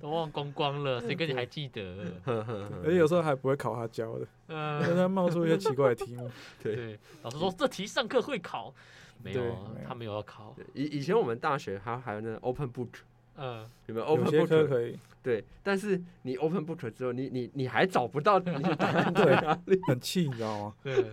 S1: 都忘光光了，谁跟你还记得？
S2: 嗯
S3: 而且有时候还不会考他教的，让
S1: 嗯，
S3: 他冒出一些奇怪的题 目，
S2: 对。
S1: 对，老师说这题上课会考，没有
S3: 对
S1: 啊
S3: 没，有
S1: 他没有要考，
S2: 对以以前我们大学还还有那个 open book，
S1: 嗯，
S2: 有没有
S3: 有
S2: open
S3: 些科
S2: book？
S3: 可以
S2: 对，但是你 open book 之后，你你你还找不到你的答案
S3: 对
S2: 在哪里，
S3: 很气，你知道吗？
S1: 对
S2: 啊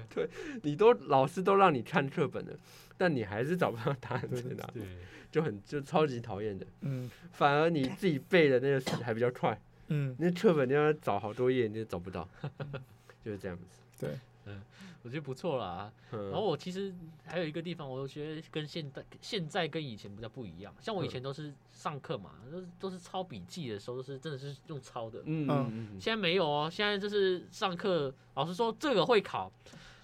S2: 你都老师都让你看课本了，但你还是找不到答案在哪里，
S1: 对
S2: 就很就超级讨厌的。
S3: 嗯
S2: 反而你自己背的那个死还比较快，
S3: 嗯，
S2: 那课本你要找好多页，你也找不到，就是这样子。
S3: 对，
S1: 我觉得不错啦。
S2: 嗯
S1: 然后我其实还有一个地方，我觉得跟现代现在跟以前比较不一样。像我以
S3: 嗯
S1: 前都是上课嘛，都是都是抄笔记的时候，都是真的是用抄的。
S2: 嗯嗯
S1: 现在没有哦，现在就是上课，老师说这个会考，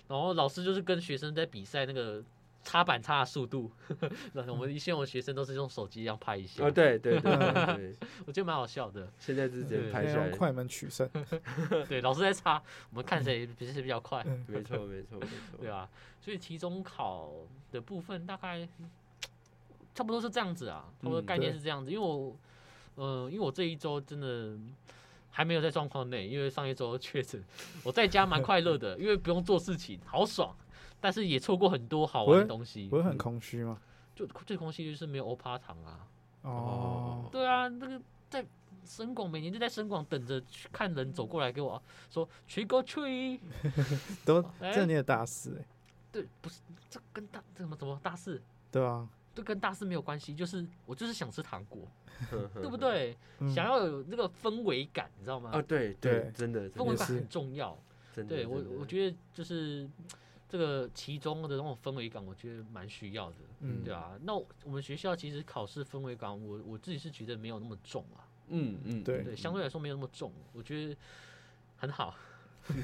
S1: 然后老师就是跟学生在比赛那个擦板擦的速度。 那我们以前我学生都是用手机这样拍一下，
S2: 嗯，哦，对对对对对，
S1: 我觉得蛮好笑的。
S2: 现在是直接
S1: 对
S2: 拍
S3: 现
S2: 下
S3: 在
S2: 来
S3: 用，啊快门取
S1: 嗯
S3: 胜，
S1: 对，老师在擦，我们看谁比谁比较快。
S3: 嗯
S2: 没错没错没错，
S1: 对啊，所以期中考的部分大概差不多是这样子啊，差不多
S2: 嗯
S1: 概念
S3: 对
S1: 是这样子。因为我，呃，因为我这一周真的还没有在状况内，因为上一周确诊， 我在家蛮快乐的，因为不用做事情，好爽。但是也错过很多好玩的东西
S3: 不，是很空虚吗？
S1: 就最空虚就是没有欧趴糖啊。
S3: 哦，
S1: 对啊，那个在深广每年就在深广等着去看人走过来给我说去个去，
S3: 都
S1: 哎
S3: 这你也大四哎，
S1: 对，不是这跟大怎么怎么大事。
S3: 对啊，
S1: 这跟大事没有关系，就是我就是想吃糖 果，对
S2: 对
S1: 不？对？
S3: 嗯
S1: 想要有那个氛围感，你知道吗？
S2: 啊，对
S3: 哦对
S2: 对，真的
S1: 氛
S2: 真
S1: 围
S2: 的
S1: 感
S3: 是
S1: 很重要。
S2: 真的，
S1: 对我
S2: 真，的
S1: 我觉得就是这个其中的那种氛围感，我觉得蛮需要的，
S3: 嗯
S1: 对啊。那我我们学校其实考试氛围感，我我自己是觉得没有那么重啊，
S2: 嗯嗯
S3: 对
S1: 对，相对来说没有那么重，我觉得很好，嗯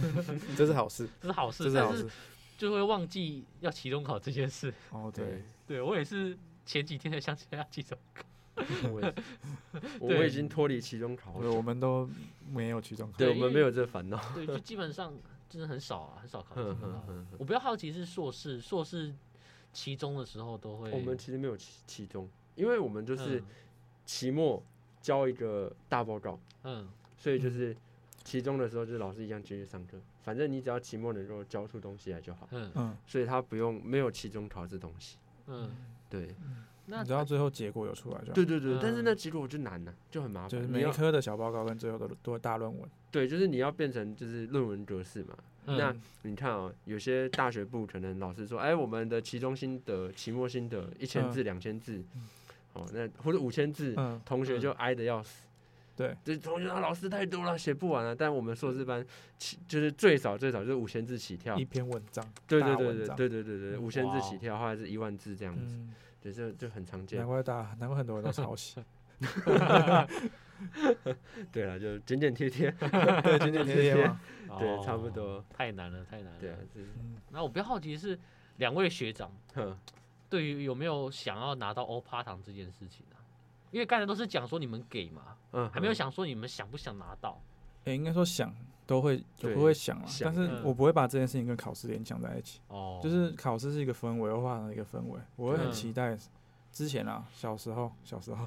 S3: 这是好事，
S1: 这是好
S3: 这
S1: 事，
S3: 是好
S1: 但
S3: 事
S1: 是，就会忘记要期中考这件事。
S3: 哦对
S2: 对，，
S1: 对我也是前几天才想起来要期中考，
S2: 我也是我
S1: 对
S2: 我已经脱离期中考
S3: 对，
S2: 了，
S3: 我们都没有期中考
S2: 对，我
S1: 因为
S2: 们没有这烦恼，
S1: 对，就基本上真的很少啊，很少考期中
S2: 哼哼
S1: 考。
S2: 哼哼
S1: 我比较好奇是硕士，硕士期中的时候都会，
S2: 我们其实没有期期中，因为我们就是
S1: 嗯
S2: 期末交一个大报告，
S1: 嗯
S2: 所以就是期中的时候，就是老师一样继续上课，反正你只要期末能够交出东西来就好，
S1: 嗯
S3: 嗯，
S2: 所以他不用没有期中考这东西。
S1: 嗯，
S2: 对
S1: 那
S3: 你知道最后结果有出来就好。
S2: 对对对，但是
S1: 嗯
S2: 那结果就难了、就很麻
S3: 就是
S2: 烦。你
S3: 每一
S2: 要
S3: 科的小报告跟最后的都大论文，
S2: 对，就是你要变成就是论文格式嘛。
S1: 嗯
S2: 那你看哦，有些大学部可能老师说，哎，我们的期中心得、期末心得一千
S3: 嗯
S2: 字、两千字，哦，那或者五千字，
S3: 嗯，
S2: 同学就挨得要死。
S3: 对，
S2: 就是同学啊，老师太多了，写不完了。啊但我们硕士班起就是最少最少就是五千字起跳
S3: 一，篇文章，
S2: 对
S3: 大
S2: 对对
S3: 文
S2: 对
S3: 章
S2: 对对对对，
S3: 嗯
S2: 五千
S1: 哇
S2: 字
S1: 哦
S2: 起跳，或者是一万字这样子，
S3: 嗯，
S2: 对，这就很常见
S3: 难。怪大，难怪很多人都 抄袭，
S2: 对了，就简简贴贴，
S3: 对，简简
S2: 贴
S3: 贴贴嘛，
S2: 对，差不
S1: 哦。
S2: 多。
S1: 太难了，太难了。
S2: 对啊，就是
S3: 嗯，
S1: 那我比较好奇是两位学长
S2: 哼
S1: 对于有没有想要拿到欧趴糖这件事情啊？因为刚才都是讲说你们给嘛，
S2: 嗯，
S1: 还没有
S2: 哼
S1: 想说你们想不想拿到。
S3: 诶，应该说想都会
S2: 对
S3: 有都会想啊，
S2: 想
S3: 但是
S1: 嗯
S3: 我不会把这件事情跟考试联想在一起，
S1: 哦，
S3: 就是考试是一个氛围，画上一个氛围，我会
S1: 嗯
S3: 很期待。之前啊，
S2: 嗯
S3: 小时候，小时 候，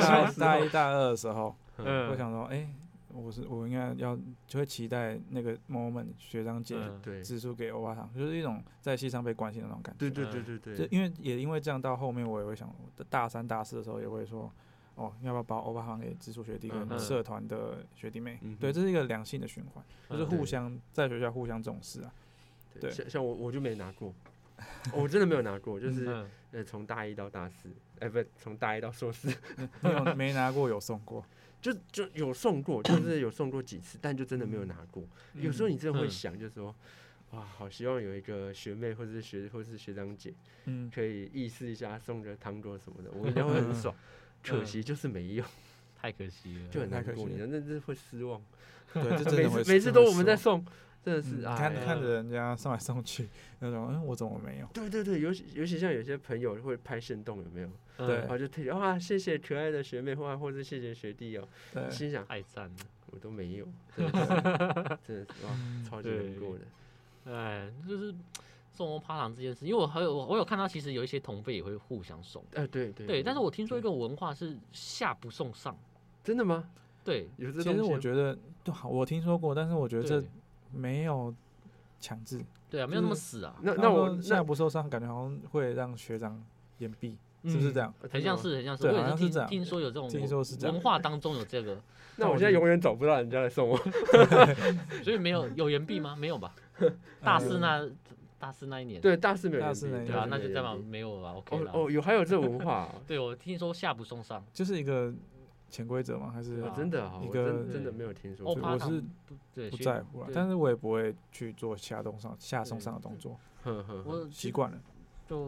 S3: 大大一大二的时候，
S2: 嗯
S3: 会想说，哎、我是我应该要就会期待那个 moment 学长姐
S1: 嗯
S2: 对
S3: 指出给欧巴桑，就是一种在戏上被关心的那种感
S2: 对
S3: 觉。
S2: 对对
S1: 嗯
S2: 对
S3: 就
S2: 对，
S3: 因为也因为这样，到后面我也会想，我大三大四的时候也会说，哦，要不要把欧巴桑给直属学弟
S2: 嗯嗯
S3: 跟社团的学弟妹？
S2: 嗯哼
S3: 对，这是一个良性的循环，就是
S1: 嗯
S3: 互相在学校互相重视啊。对
S2: 像像我我就没拿过，我真的没有拿 过，就是
S1: 嗯
S2: 呃从大一到大四，哎不，从大一到硕士，
S3: 你有没拿过有送过？
S2: 就就有送过，就是有送过几次，但就真的没
S3: 嗯
S2: 有拿过。有时候你真的会
S1: 嗯
S2: 想，就是说，哇，好希望有一个学妹或者是学或是学长姐
S3: 嗯，
S2: 可以意识一下送个糖果什么的，我应该会很爽。可惜就是没有，
S1: 太可惜了，
S2: 就很难
S3: 嗯太可
S2: 过，
S3: 惜
S2: 你
S3: 了
S2: 那真是会失望。
S3: 对，这真
S2: 每
S3: 的会
S2: 次每次都我们在
S3: 送，
S2: 送，真的是
S3: 嗯
S2: 哎
S3: 看
S2: 呀
S3: 看着人家送来送去那种，嗯，我怎么没有？
S2: 对对对，尤其尤其像有些朋友会拍线动，有没有？
S1: 嗯
S3: 对
S2: 然后就特别哇，谢谢可爱的学妹，或或者谢谢学弟哦。
S3: 对，
S2: 心想
S1: 太赞了。
S2: 我都没 有，真的是真的是哇，
S3: 嗯
S2: 超级难
S1: 对
S2: 过的。
S1: 哎，就是送欧趴糖这件事，因为我还有我有看到，其实有一些同辈也会互相送。
S2: 哎，对对
S1: 对，但是我听说一个文化是下不送上。
S2: 真的吗？
S1: 对，
S2: 有这
S3: 其
S2: 东西
S3: 实
S2: 吗？
S3: 我觉得，就好，我听说过，但是我觉得这
S1: 对
S3: 没有强制。
S1: 对啊，没有那么死啊，
S2: 那
S3: 然
S2: 那
S3: 后
S2: 我
S3: 说现在
S2: 那
S3: 不受伤，感觉好像会让学长眼闭，是不是这样？
S2: 呃
S1: 很
S2: 真的
S1: 像
S2: 吗
S1: 是很像是，
S3: 对
S1: 我
S3: 好
S1: 也
S3: 像是
S1: 听
S3: 这样
S1: 听说有这种
S3: 听
S1: 文
S3: 说是这样
S1: 文化当中有这个，
S2: 那我
S3: 我
S2: 现在
S3: 觉
S2: 永远找不到人家来送 我。
S1: 所以没有有岩壁吗？没有吧？大四
S3: 呃
S1: 那大四那一年，
S2: 对，大四没有
S3: 大
S2: 人
S3: 四
S2: 比
S3: 没
S1: 对啊
S3: 有，
S1: 那就这
S2: 这
S1: 样
S2: 样。
S1: 没有了，OK
S2: 哦
S1: 了。
S2: 哦，有还有这文化 哦
S1: 对，我听说下不送上，
S3: 就是一个潜规则嘛，还是
S1: 对
S2: 哦
S1: 啊，
S2: 真的啊，
S3: 一
S2: 我
S3: 个
S2: 真真的没有听说
S1: 欧
S3: 对
S1: 趴
S2: 过。
S3: 我
S1: 糖
S3: 是
S1: 不对，
S3: 不
S1: 学
S3: 在乎了，啊
S1: 对
S3: 但是我也不会去做下动上下送上的动作，
S2: 呵呵呵
S1: 我
S3: 习
S1: 习
S3: 惯了。
S1: 就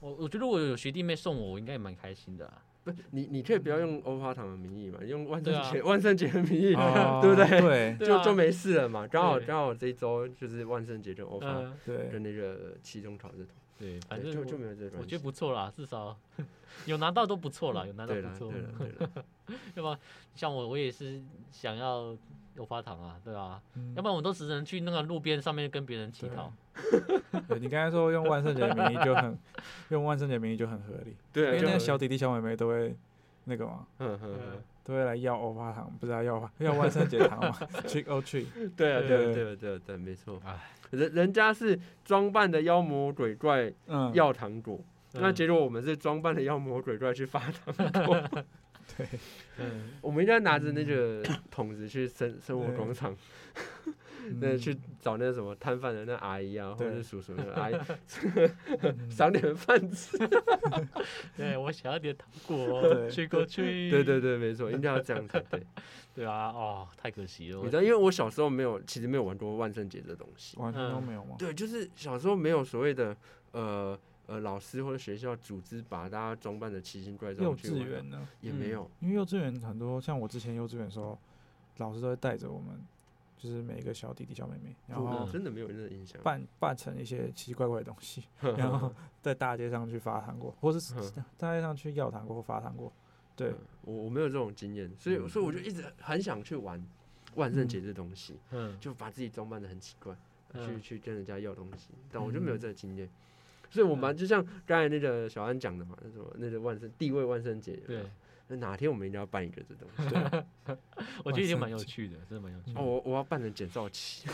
S1: 我我觉得我有学弟妹送我，我应该也蛮开心的啊。
S2: 不，你你可以不要用欧花糖的名义嘛，你用万
S1: 对啊
S2: 圣节万圣节的名义，
S3: 哦
S2: 对不 对？
S3: 对
S1: 对
S2: 就
S1: 啊
S2: 就没事了嘛。刚好
S1: 对
S2: 刚好这一周就是万圣节跟欧巴
S1: 嗯，
S3: 对
S2: 跟那个期中考这头，
S1: 对，反
S2: 对，
S1: 正
S2: 就就
S1: 我
S2: 没有这个
S1: 我
S2: 关
S1: 觉得
S2: 系。
S1: 不错啦，至少 有拿到都不错啦，有拿到
S2: 对
S1: 不
S2: 了
S1: 错
S2: 对。了对了，
S1: 要不然像我，我也是想要有发糖啊，对吧？
S3: 嗯
S1: 要不然我都只能去那个路边上面跟别人乞
S3: 对啊
S1: 讨。
S3: 对，你刚才说用万圣节的名义就很，用万圣节名义就很合理，
S2: 对
S3: 因
S2: 啊，
S3: 为
S2: 就
S3: 那个
S2: 很
S3: 小弟弟小妹妹都会那个嘛，
S2: 嗯嗯
S1: 嗯
S3: 都会来要欧巴糖，不是啊要要万圣节糖嘛，trick or treat。
S2: 嗯，对啊，对啊，
S3: 对对
S2: 对啊，对啊，对啊，没错
S1: 哎。
S2: 人人家是装扮的妖魔鬼怪
S3: 嗯，
S2: 要糖果，那
S1: 嗯
S2: 结果我们是装扮的妖魔鬼怪去发糖，
S3: 对，
S1: 嗯
S2: 我们应该拿着那个桶子去生生活
S3: 对
S2: 广场，那
S3: 嗯
S2: 去找那什么摊贩的那阿姨啊，或者是
S3: 对
S2: 叔叔的阿姨
S3: 嗯
S2: 赏点饭吃。
S1: 对我想要点糖果，
S3: 对
S1: 去过
S3: 嗯
S1: 去。
S2: 对对对，没错，应该要这样才 对。
S1: 对啊，哦，太可惜了。
S2: 你
S1: 我
S2: 知道，因为我小时候没有，其实没有玩过万圣节这东西。
S3: 完全都没有吗？
S2: 对，就是小时候没有所谓的呃呃老师或者学校组织把大家装扮的奇形怪状
S3: 幼
S2: 去
S3: 稚
S2: 玩，
S3: 园呢？
S2: 也没
S1: 嗯
S2: 有。
S3: 因为幼稚园很多，像我之前幼稚园的时候，老师都会带着我们，就是每一个小弟弟小妹妹，然
S2: 不我
S3: 后
S1: 嗯
S2: 真的没有任何印象。
S3: 扮扮成一些奇奇怪怪的东西， 然后在大街上去发糖果，或是
S2: 嗯
S3: 大街上去要糖果或发糖果。对
S2: 嗯，我我没有这种经验，所以
S1: 嗯
S2: 所以我就一直很想去玩万圣节这东西，
S1: 嗯
S2: 就把自己装扮的很奇怪，去
S1: 嗯
S2: 去跟人家要东西，但我就没有
S3: 嗯
S2: 这个经验。所以，我们
S1: 嗯
S2: 就像刚才那个小安讲的嘛，那什么那个万圣地位万圣节，
S1: 对，，
S2: 那哪天我们一定要办一个这东西。
S1: 我觉得也
S3: 圣
S1: 蛮有
S3: 节
S1: 趣的，真的蛮有趣的
S2: 哦，。我我要扮成减少期，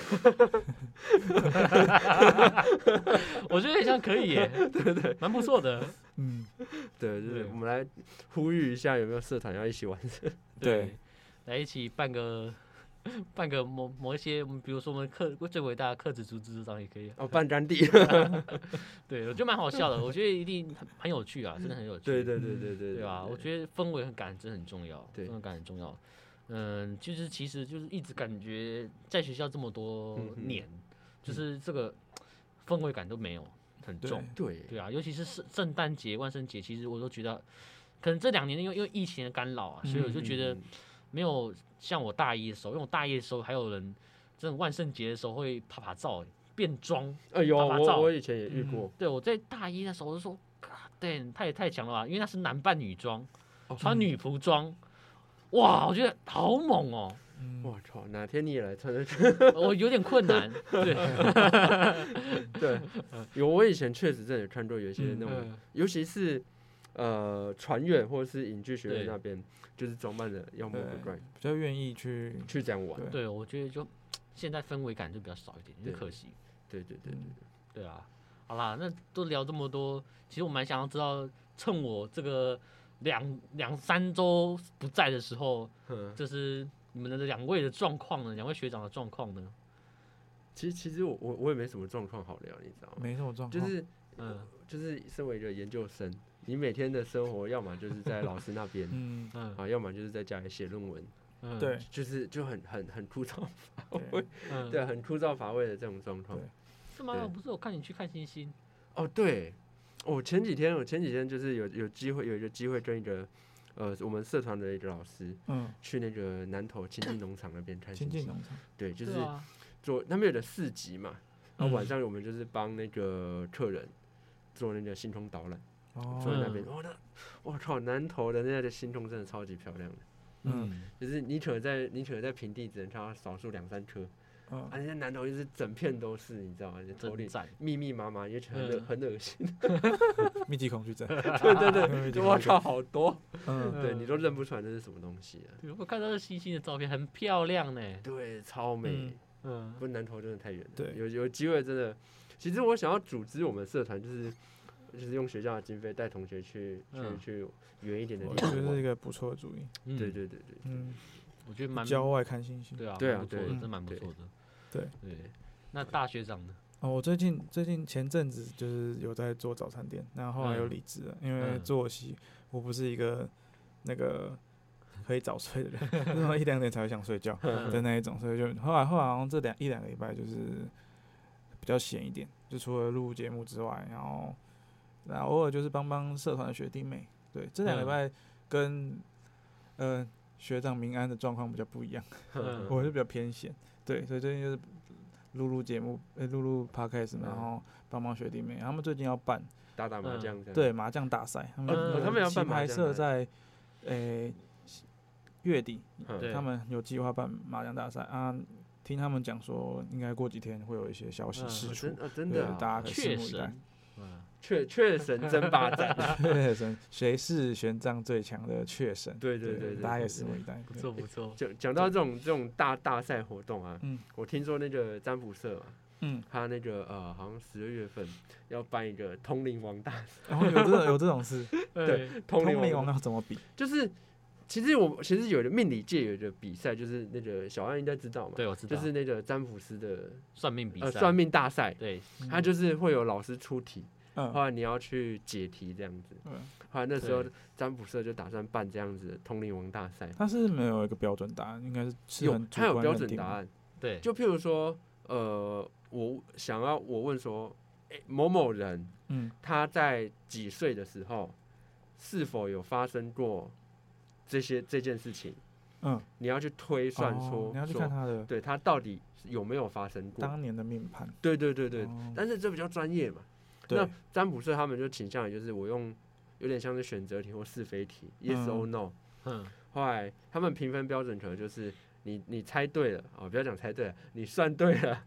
S1: 我觉得好像可以耶，对对，蛮不错的。
S3: 嗯，
S2: 对，就是
S1: 对
S2: 我们来呼吁一下，有没有社团要一起玩？
S3: 对，
S1: 来一起办个办个某某一些，比如说我们克最伟大的克子组织长也可以。啊
S2: 哦，扮干地，
S1: 对，我觉得蛮好笑的，我觉得一定很很有趣啊，真的很有趣。
S2: 对对对对对，
S1: 对吧？我觉得氛围很感真的很重要，
S2: 对
S1: 氛围感很重要。嗯，就是其实就是一直感觉在学校这么多
S2: 嗯哼
S1: 年，就是这个氛围感都没有很
S3: 对
S1: 重。
S2: 对，
S1: 对啊，尤其是圣圣诞节、万圣节，其实我都觉得，可能这两年因为因为疫情的干扰啊，所以我就觉得
S2: 嗯
S1: 没有像我大一的时候，因为我大一的时候还有人，这种万圣节的时候会拍拍照、变装。
S2: 哎呦，
S1: 打发照
S2: 我我以前也遇过，
S1: 对我在大一那时候我就说，对，太太强了吧，因为那是男扮女装，
S2: 哦
S1: 穿女仆装。哇，我觉得好猛哦、
S3: 嗯，
S2: 我操，哪天你也 来穿这
S1: 我有点困 难。对，
S2: 对，有我以前确实真的有看过有一些
S3: 嗯
S2: 那种，
S1: 嗯
S2: 尤其是呃船院或者是影剧学院
S1: 对
S2: 那边，就是装扮的妖魔鬼怪
S3: 比较愿意去，
S2: 去这样玩。
S3: 对
S1: 对，我觉得就现在氛围感就比较少一点，有点
S2: 对
S1: 可惜。
S2: 对对对
S3: 嗯
S2: 对，
S1: 对啊，好啦，那都聊这么多，其实我蛮想要知道，趁我这个两两三周不在的时候，
S2: 嗯，
S1: 就是你们的两位的状况呢，两位学长的状况呢？
S2: 其实其实我我我也没什么状况好聊，你知道吗？
S3: 没什么
S1: 哦
S3: 状况，
S2: 就是
S1: 嗯
S2: 就是身为一个研究生，你每天的生活要么就是在老师那边
S3: 嗯，
S1: 嗯
S2: 啊，要么就是在家里写论文，
S1: 嗯，
S3: 对
S2: 就是就很很很枯 燥，
S3: 对，
S1: 嗯，
S2: 对， 很枯燥乏味的这种状况
S3: 对。
S1: 是吗？
S2: 对
S1: 我不是我看你去看星星，
S2: 哦，对，我前几天我前几天就是有有机会有一个机会跟一个呃我们社团的一个老师
S3: 嗯，
S2: 去那个南投亲近农场那边看
S3: 亲
S2: 星
S3: 近
S2: 星，
S3: 农场，
S2: 对，就是
S1: 对啊，
S2: 做那边有个市集嘛，然
S3: 嗯
S2: 后晚上我们就是帮那个客人做那个星空导览，坐在
S3: 哦，
S2: 那边，哇、那我靠，南投的那个星空真的超级漂亮的，
S3: 嗯
S1: 嗯，
S2: 就是你可能在你可能在平地只能看到少数两三颗，
S3: 嗯
S2: 啊，，人家南投就是整片都是，你知道吗？就头
S1: 真
S2: 顶
S1: 赞，
S2: 密密麻麻，也很恶
S1: 嗯
S2: 很恶心，
S3: 密集恐惧 症，
S2: 对对对。
S3: 密集
S2: 我
S3: 恐惧
S2: 靠，好多！
S3: 嗯，
S2: 对你都认不出来那是什么东西啊？
S1: 对我看到这星星的照片很漂亮呢，
S2: 对，超美。
S1: 嗯
S2: 不，南投真的太远了。
S3: 对
S2: 有有机会真的，其实我想要组织我们社团，就是就是用学校的经费带同学去去、
S1: 嗯
S2: 去远一点的
S3: 我
S2: 地
S3: 觉
S2: 方
S3: 得
S2: 玩
S3: 是一。个不错的主 意，
S1: 嗯
S2: 对，对对对，
S3: 嗯，
S1: 我觉得蛮
S3: 郊外看星星。
S1: 对啊，
S2: 对啊
S1: 蛮不错
S2: 对
S1: 的，真蛮不
S2: 对
S1: 错的，
S3: 对
S1: 对。那大学长呢？
S3: 哦，我最近最近前阵子就是有在做早餐店，然后后来又
S1: 嗯
S3: 离职了，因为
S1: 嗯
S3: 作息我不是一个那个可以早睡的人， 然后一两点才会想睡觉嗯
S2: 嗯
S3: 的那一种，所以就后来后来好像这两一两个礼拜就是比较闲一点，就除了录节目之外，然后那偶尔就是帮帮社团的学弟妹，对，这两个
S1: 嗯
S3: 礼拜跟呃学长明安的状况比较不一样。
S1: 嗯
S3: 我是比较偏闲，对，所以最近就是录录节目，呃，录录 podcast，然
S2: 嗯
S3: 后帮忙学弟妹，他们最近要办
S2: 打打麻将这样。
S3: 对麻将大赛，他们
S1: 哦
S3: 有
S1: 他们
S2: 嗯要
S3: 棋
S2: 办麻
S3: 牌
S2: 将
S3: 社
S2: 大
S3: 在，诶、月底，
S2: 嗯，
S1: 对
S3: 他们有计划办麻将大赛啊，听他们讲说应该过几天会有一些消息
S1: 嗯
S3: 释
S2: 哦
S3: 出
S2: 真，哦真
S3: 对
S2: 的啊
S3: 大家可以
S1: 确
S3: 拭目以
S1: 实
S3: 待。，
S1: 嗯，
S2: 确确神争霸战。
S3: 确神谁是玄奘最强的确神？
S2: 对对对对
S3: 大家也
S2: 对
S3: 拭目以待。
S1: 不
S3: 对
S1: 错不错，
S2: 讲讲到这种这种大大赛活动啊，
S3: 嗯
S2: 我听说那个占卜社嘛，
S3: 嗯，
S2: 他那个呃，好像十二月份要办一个通灵王大
S3: 然后有这种有这种事，
S1: 对，
S2: 通
S3: 通
S2: 灵
S3: 灵
S2: 王
S3: 王要怎么比？
S2: 就是其实我其实有的命理界有一个比赛，就是那个小安应该知道嘛，
S1: 对，我知道，
S2: 就是那个占卜师的
S1: 算命比
S2: 呃
S1: 赛，
S2: 算命大赛，
S1: 对，
S2: 他就是会有老师出题，
S3: 嗯
S2: 后来你要去解题这样子。
S3: 嗯，
S2: 后来那时候
S1: 对
S2: 占卜社就打算办这样子的通灵王大赛，
S3: 它是没有一个标准答案，应该是是
S2: 有
S3: 很主
S2: 他有
S3: 观
S2: 标
S3: 认
S2: 准
S3: 定
S2: 答
S3: 的。
S2: 案，
S1: 对，
S2: 就譬如说呃，我想要我问说，诶某某人
S3: 嗯
S2: 他在几岁的时候是否有发生过这些这件事情？
S3: 嗯，
S2: 你要去推算
S3: 哦
S2: 说，
S3: 你要去
S2: 说
S3: 看他的
S2: 对它到底有没有发生过？
S3: 当年的命盘。
S2: 对对对对，
S3: 哦
S2: 但是这比较专业嘛。那
S3: 对，
S2: 占卜社他们就倾向于就是我用有点像是选择题或是非题、y e s
S3: 嗯
S2: or no。
S1: 嗯，
S2: 后来他们评分标准可能就是你你猜对了哦，不要讲猜对了，你算对了，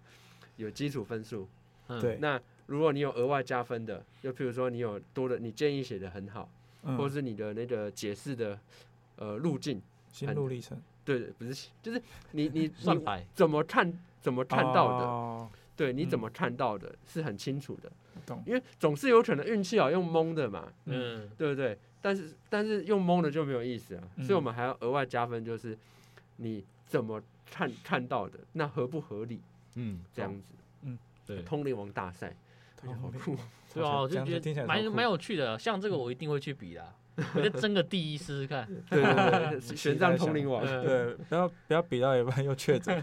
S2: 有基础分数。
S1: 嗯
S3: 对
S2: 那如果你有额外加分的，就譬如说你有多的，你建议写的很好，
S3: 嗯，
S2: 或是你的那个解释的呃路径，
S3: 心路历程
S2: 对，不是就是你 你
S1: 算
S2: 你
S1: 牌，
S2: 怎么看怎么看到的。
S3: 哦
S2: 对，你怎
S3: 嗯
S2: 么看到的、是很清楚的，
S3: 懂。
S2: 因为总是有可能运气好用蒙的嘛，
S3: 嗯，
S1: 嗯，
S2: 对不对？但是但是用蒙的就没有意思啊，所以我
S3: 嗯
S2: 们还要额外加分，就是你怎么看看到的，那合不合理
S1: 嗯，
S2: 这样子。啊
S1: 对，
S2: 通灵 王大赛，
S3: 通
S2: 哎好
S3: 灵
S2: 酷，
S1: 对啊，我
S3: 这
S1: 就
S3: 样子
S1: 觉
S3: 听起
S1: 得
S3: 来
S1: 蛮
S3: 超酷
S1: 蛮有趣的，像这个我一定会去比啦，我就争个第一试试看。
S3: 对对对，
S2: 玄奘通灵
S3: 我。
S2: 王，
S3: 对，不要不要比到一半又确诊，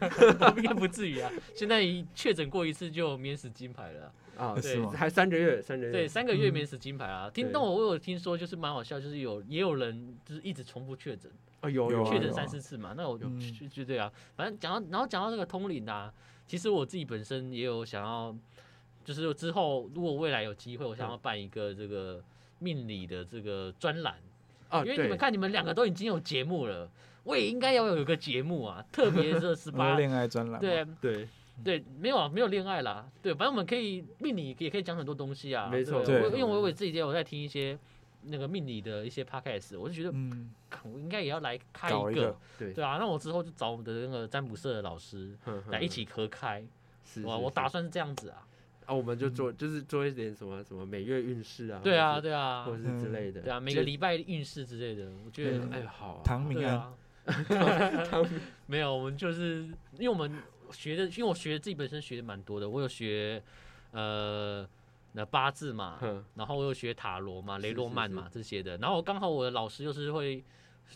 S1: 应该不至于啊。现在一确诊过一次就免死金牌了啊、
S2: 啊，
S1: 对
S3: 是吗？
S2: 还三个月，三个月，
S1: 对，三个月
S3: 嗯
S1: 免死金牌啊。听
S2: 对
S1: 但我我有听说，就是蛮好笑，就是有也有人就是一直重复确诊，
S2: 啊有
S3: 有啊
S1: 确
S2: 确
S1: 诊
S2: 诊
S1: 三四次嘛。那我就
S3: 嗯
S1: 就就对啊，反正讲到然后讲到这个通灵啊，其实我自己本身也有想要，就是之后如果未来有机会，我
S3: 嗯
S1: 想要办一个这个命理的这个专栏。
S2: 啊，
S1: 因为你们
S2: 对，
S1: 看，你们两个都已经有节目了，我也应该要有一个节目啊，特别这 十
S3: 什么
S1: 八，
S3: 恋爱专栏嘛，
S1: 对
S2: 对，
S1: 对，没有啊，没有恋爱啦，对，反正我们可以命理也可以讲很多东西啊，
S2: 没错
S1: 对
S3: 对
S1: 我因为我我自己也有在听一些那个命理的一些 podcast，我就觉得，
S3: 嗯，
S1: 看我应该也要来开
S3: 搞一
S1: 个
S3: 个，
S2: 对
S1: 对啊，那我之后就找我们的那个占卜社的老师
S2: 哼哼
S1: 来一起合开，
S2: 嗯是，
S1: 哇，
S2: 是
S1: 我
S2: 是
S1: 打算是这样子啊，
S2: 啊，我们就做就是做一点什么什么每月运势啊，
S1: 对啊，
S2: 或者
S1: 对啊
S2: 是，或者是之类的，
S1: 对啊，每
S2: 就
S1: 个礼拜运势之类的，我觉得
S3: 嗯
S2: 哎好啊，
S3: 唐明
S1: 对
S3: 安，
S1: 啊， 没有，我们就是因为我们学的，因为我学自己本身学的蛮多的，我有学呃那八字嘛，
S2: 哼
S1: 然后我有学塔罗嘛、雷
S2: 是
S1: 诺
S2: 是
S1: 曼
S2: 是
S1: 嘛这些的，然后刚好我的老师又是会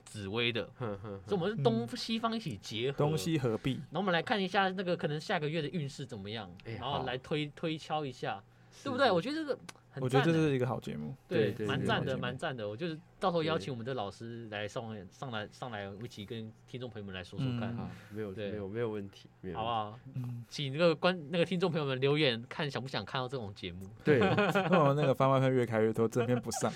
S1: 紫薇的，
S2: 哼嗯哼
S1: 所以我们是东西方一起结合。
S3: 东。西合璧，
S1: 然后我们来看一下那个可能下个月的运势怎么样，
S2: 哎
S1: 然后
S2: 好
S1: 来推推敲一下，
S2: 是
S1: 对不对？
S2: 是
S1: 我觉得这个很
S3: 我觉得这
S1: 赞欸
S3: 是一个好节目，
S1: 对
S2: 对对
S1: 蛮
S2: 对
S1: 赞
S3: 了
S1: 的，
S3: 解
S1: 蛮赞的。我就是到时候邀
S2: 对
S1: 请我们的老师来上来上来上来一起跟听众朋友们来说说看，
S3: 嗯
S2: 好，没有
S1: 对
S2: 没有没有问题，没有
S1: 好啊不
S2: 问
S1: 好？
S3: 嗯，
S1: 请那个观那个听众朋友们留言，看想不想看到这种节目。
S2: 题， 对，
S3: 那我那个番外篇越开越多，正片不上，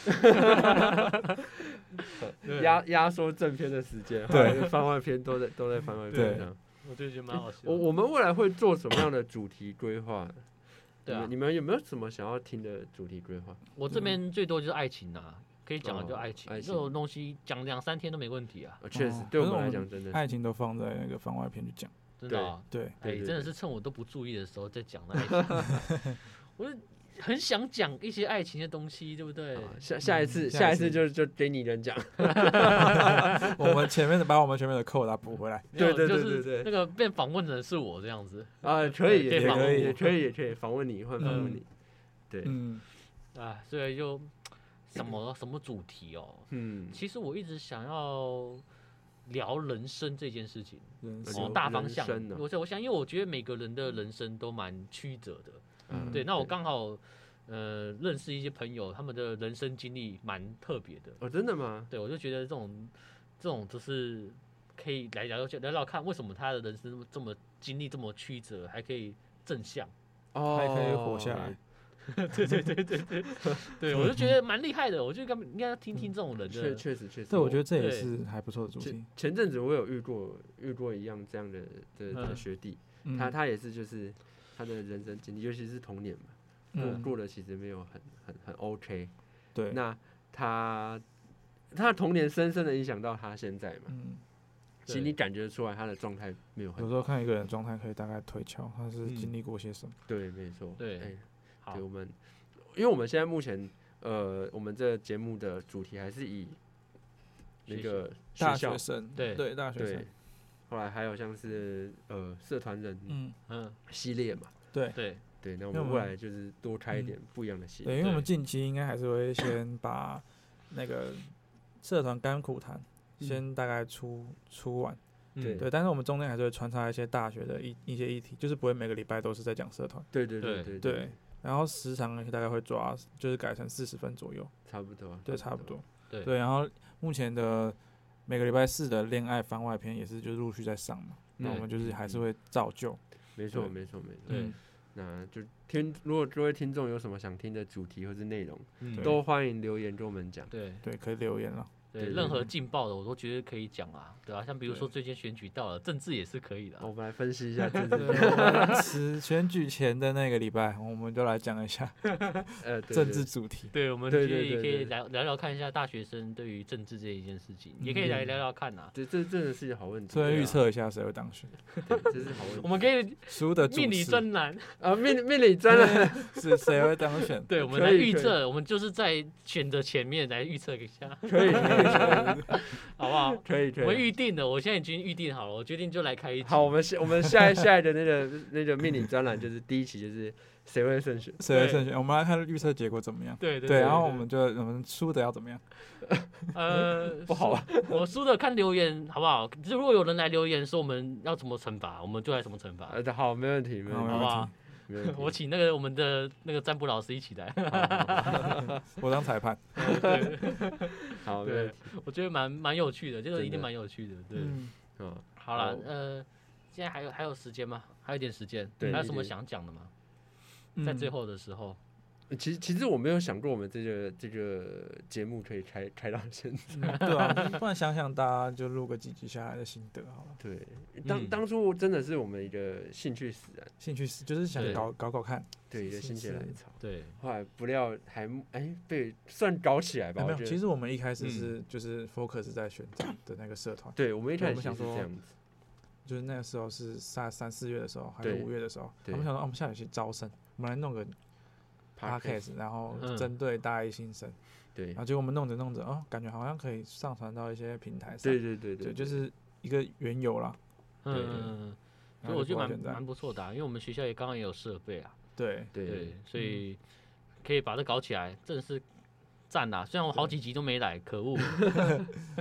S2: 压压缩正片的时间，
S3: 对
S2: 后来番外篇都在都在番外篇
S3: 对
S2: 上。
S1: 我就觉得蛮好笑
S2: 我我们未来会做什么样的主题规划？
S1: 对啊
S2: 你们，你们有没有什么想要听的主题规划？
S1: 我这边最多就是爱情啊，可以讲的就爱情，
S2: 嗯哦爱情
S1: 这种东西讲两三天都没问题啊，
S2: 呃确实
S3: 哦，
S2: 对我
S3: 可
S2: 们
S3: 是我
S2: 来
S3: 们
S2: 讲，真的
S3: 爱情都放在那个番外篇去讲，
S1: 真的、啊。
S3: 对，
S1: 哎、
S2: 对对对
S1: 真的是趁我都不注意的时候在讲的爱情， 我就很想讲一些爱情的东西，对不对？
S2: 啊下下一次
S3: 嗯
S2: 下
S3: 下
S2: 一
S3: 一
S2: 次
S3: 次
S2: 就就给你人讲，
S3: 我们前面的把我们前面的扣打补回来，
S1: 没有
S2: 对对
S1: 就
S2: 对
S1: 是
S2: 对
S1: 那个被访问的人是我这样子，
S2: 啊，可以
S1: 对
S3: 可
S2: 可以
S3: 以可以
S2: 可以也可以访问你，换访问
S3: 嗯
S2: 你，对，
S3: 嗯，
S1: 啊，所以就什么什么主题哦，
S2: 嗯，
S1: 其实我一直想要聊人生这件事情。
S3: 人
S2: 那
S1: 哦
S2: 就，
S3: 生
S1: 大方向
S2: 人生呢，
S1: 我想，我想，因为我觉得每个人的人生都蛮曲折的。
S2: 嗯
S1: 对，那我刚好呃认识一些朋友，他们的人生经历蛮特别的。
S2: 哦，真的吗？
S1: 对，我就觉得这种这种就是可以来聊聊聊聊看，为什么他的人生这么经历这么曲折，还可以正向。
S2: 哦，
S3: 还可以活下来，
S1: 对，我就觉得蛮厉害的。我就该应该要听听这种人
S2: 嗯确
S1: 的。
S2: 确实确实，
S3: 对，我觉得这也
S1: 对
S3: 是还不错的主
S2: 前
S3: 题，
S2: 前阵子我有遇过遇过一样这样的的的
S1: 嗯
S2: 学弟，
S3: 嗯
S2: 他他也是就是他的人生经历，尤其是童年嘛，过
S3: 嗯，
S2: 过得其实没有很很很 OK。
S3: 对，
S2: 那他他的童年深深的影响到他现在嘛，
S3: 嗯，
S2: 其实
S1: 对
S2: 你感觉出来他的状态没有很
S3: 有时候看一个人状态，可以大概推敲他是
S2: 嗯
S3: 经历过些什么，
S2: 对，没错，
S1: 对
S2: 哎
S1: 好
S2: 对，我们因为我们现在目前呃，我们这个节目的主题还是以那
S1: 学
S2: 个
S3: 大
S2: 学校
S3: 学生，
S1: 对
S3: 对，大学
S2: 对
S3: 生，，
S2: 后来还有像是呃社团人
S3: 嗯，
S1: 嗯，
S2: 系列嘛，
S3: 对。
S1: 对，
S2: 对，那我
S3: 那
S2: 们
S3: 我
S2: 未
S3: 们
S2: 来就是多开一
S3: 嗯
S2: 点不一样的系
S3: 对，
S2: 列，
S3: 因为我们
S1: 对
S3: 近期应该还是会先把那个社团甘苦谈
S2: 嗯
S3: 先大概出出完，
S1: 嗯
S2: 对
S3: 对，但是我们中间还是会穿插一些大学的一一些议题，就是不会每个礼拜都是在讲社团，
S2: 对对
S1: 对
S2: 对
S3: 对，然后时长大概会抓，就是改成四十分左右，
S2: 差不多，
S3: 对，差不多，
S1: 对
S3: 对，然后目前的每个礼拜四的恋爱番外篇也是就陆续在上嘛，那我
S1: 嗯
S3: 们就是还是
S2: 嗯
S3: 会照旧，
S2: 没错
S3: 对
S2: 没错没错。
S1: 对
S3: 嗯，
S2: 那就听，如果各位听众有什么想听的主题或是内容，
S1: 嗯，
S2: 都欢迎留言跟我们讲。
S1: 对。
S3: 对，可以留言了，
S1: 对，
S2: 对
S1: 任何
S3: 对
S1: 劲爆的我都觉得可以讲啊，对啊，像比如说
S3: 对
S1: 最近选举到了，政治也是可以的啊、
S2: 我们来分析一下政
S3: 对，
S2: 治，
S3: 我们此选举前的那个礼拜，我们就来讲一下
S2: 呃，对
S3: 政治，主题。
S1: 对，我们
S2: 对
S1: 可
S2: 对
S1: 以
S2: 对
S1: 可以
S2: 对
S1: 聊聊聊看一下大学生对于政治这一件事情，也可以来
S3: 嗯
S1: 聊聊看啊。
S2: 对这这真的是一个好问题，
S3: 顺便
S2: 对
S3: 预
S2: 啊，
S3: 测一下谁会当选。
S2: 对这是好问
S1: 我
S2: 题。
S1: 们可以
S3: 输的主
S1: 命理
S3: 事
S1: 专 栏，
S2: 啊，命命理真的，
S3: 是谁会当选
S1: ？对，我们
S2: 可
S1: 来
S2: 以
S1: 预
S2: 可以
S1: 测，我们就是在选择前面来预测一下。
S2: 可以可以
S1: 好不好？
S2: 可以可
S1: 我们预
S2: 以。
S1: 定的，我现在已经预定好了，我决定就来开一集。
S2: 好，我们下我们下一下一的那个 那个命理专栏就是第一期就是谁会胜选，
S3: 谁
S1: 对
S3: 会胜选？我们来看预测结果怎么样。
S1: 对对
S3: 对，
S1: 对，
S3: 然后我
S1: 对
S3: 们就我们输的要怎么样？
S1: 呃
S2: 不好啊。
S1: 我输的看留言好不好？如果有人来留言说我们要怎么惩罚，我们就来怎么惩罚，
S2: 呃，嗯好，没问题，没
S3: 好
S2: 问
S1: 好
S3: 没
S1: 不
S2: 题
S3: 问
S1: 好
S3: 题？
S2: 没问题。
S1: 我请那个我们的那个占卜老师一起来，
S3: 我当裁判。
S2: 好，没问
S1: 对
S2: 题。，
S1: 我觉得蛮蛮有趣的，这个一
S2: 真
S1: 定
S2: 的
S1: 蛮有趣的。对，
S3: 嗯，
S2: 嗯，
S1: 好了
S2: 好，
S1: 呃，现在还有还有时间吗？还有一点时间，
S2: 对
S1: 还有
S2: 一
S1: 什么
S2: 点
S1: 想讲的吗？
S3: 嗯
S1: 在最后的时候，
S2: 其实其实我没有想过我们这个这个节目可以开开到现在。
S3: 嗯，对啊，不然想想大家就录个几集下来的心得好了，
S2: 对，当
S1: 嗯
S2: 当初真的是我们一个兴趣使然，
S3: 兴趣是就是想
S1: 对
S3: 搞搞搞看，
S2: 对一个
S3: 是
S2: 心血
S3: 是
S2: 来潮。
S1: 对，
S2: 后来不料还哎被算搞起来吧，
S3: 哎没
S2: 我
S3: 有，
S2: 觉
S3: 其
S2: 得。
S3: 实我们一开
S1: 嗯
S3: 始是就是 focus 在选战的那个社团，
S2: 对，我们一开
S3: 对我
S2: 始
S3: 们想
S2: 是这
S3: 说
S2: 样子，
S3: 就是那个时候是三三四月的时候，还有
S2: 对
S3: 五月的时候，我
S2: 对
S3: 们想说，哦，我们下学期招生，我们来弄个
S2: Podcast，
S3: podcast，然后
S1: 嗯
S3: 针对大一新生，
S2: 对
S3: 然后结果我们弄着弄着，哦，感觉好像可以上传到一些平台上，
S2: 对对对
S3: 对，就是一个缘由啦。
S1: 嗯
S2: 对
S1: 嗯嗯嗯，所
S3: 然
S1: 以
S3: 后
S1: 我
S3: 就
S1: 觉得
S3: 播到
S1: 蛮
S3: 现在
S1: 蛮不错的啊，因为我们学校也刚刚也有设备啊，
S3: 对，
S1: 对
S2: 对，嗯
S1: 所以可以把这搞起来，真的是赞啦！虽然我好几集都没来，可恶，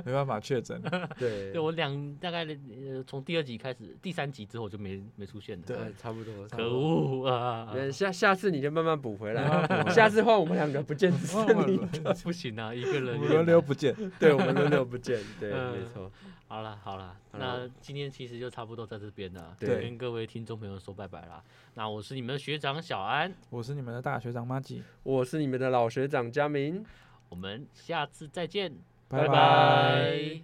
S3: 没办法确诊，
S2: 对
S1: 对我两大概呃从第二集开始，第三集之后就没没出现了，
S3: 对
S2: 呃差不多，差不
S1: 可
S2: 多。
S1: 恶啊！
S2: 嗯，下下次你就慢慢补回
S3: 慢慢补回
S2: 来，
S3: 来
S2: 下次换我们两个不 见只
S3: 我
S2: 剩你一个
S3: 们
S1: 不行啊，一个人有
S3: 轮
S1: 点
S3: 流
S1: 难
S3: 不见，
S2: 对，我们轮流不见， 对，
S1: 嗯
S2: 没错，
S1: 好了好了，
S2: 好啦
S1: 那今天其实就差不多在这边了，
S2: 对
S1: 跟各位听众朋友说拜拜啦。那我是你们的学长小安，
S3: 我是你们的大学长马吉，
S2: 我是你们的老学长佳明。
S1: 我们下次再见，
S2: 拜
S1: 拜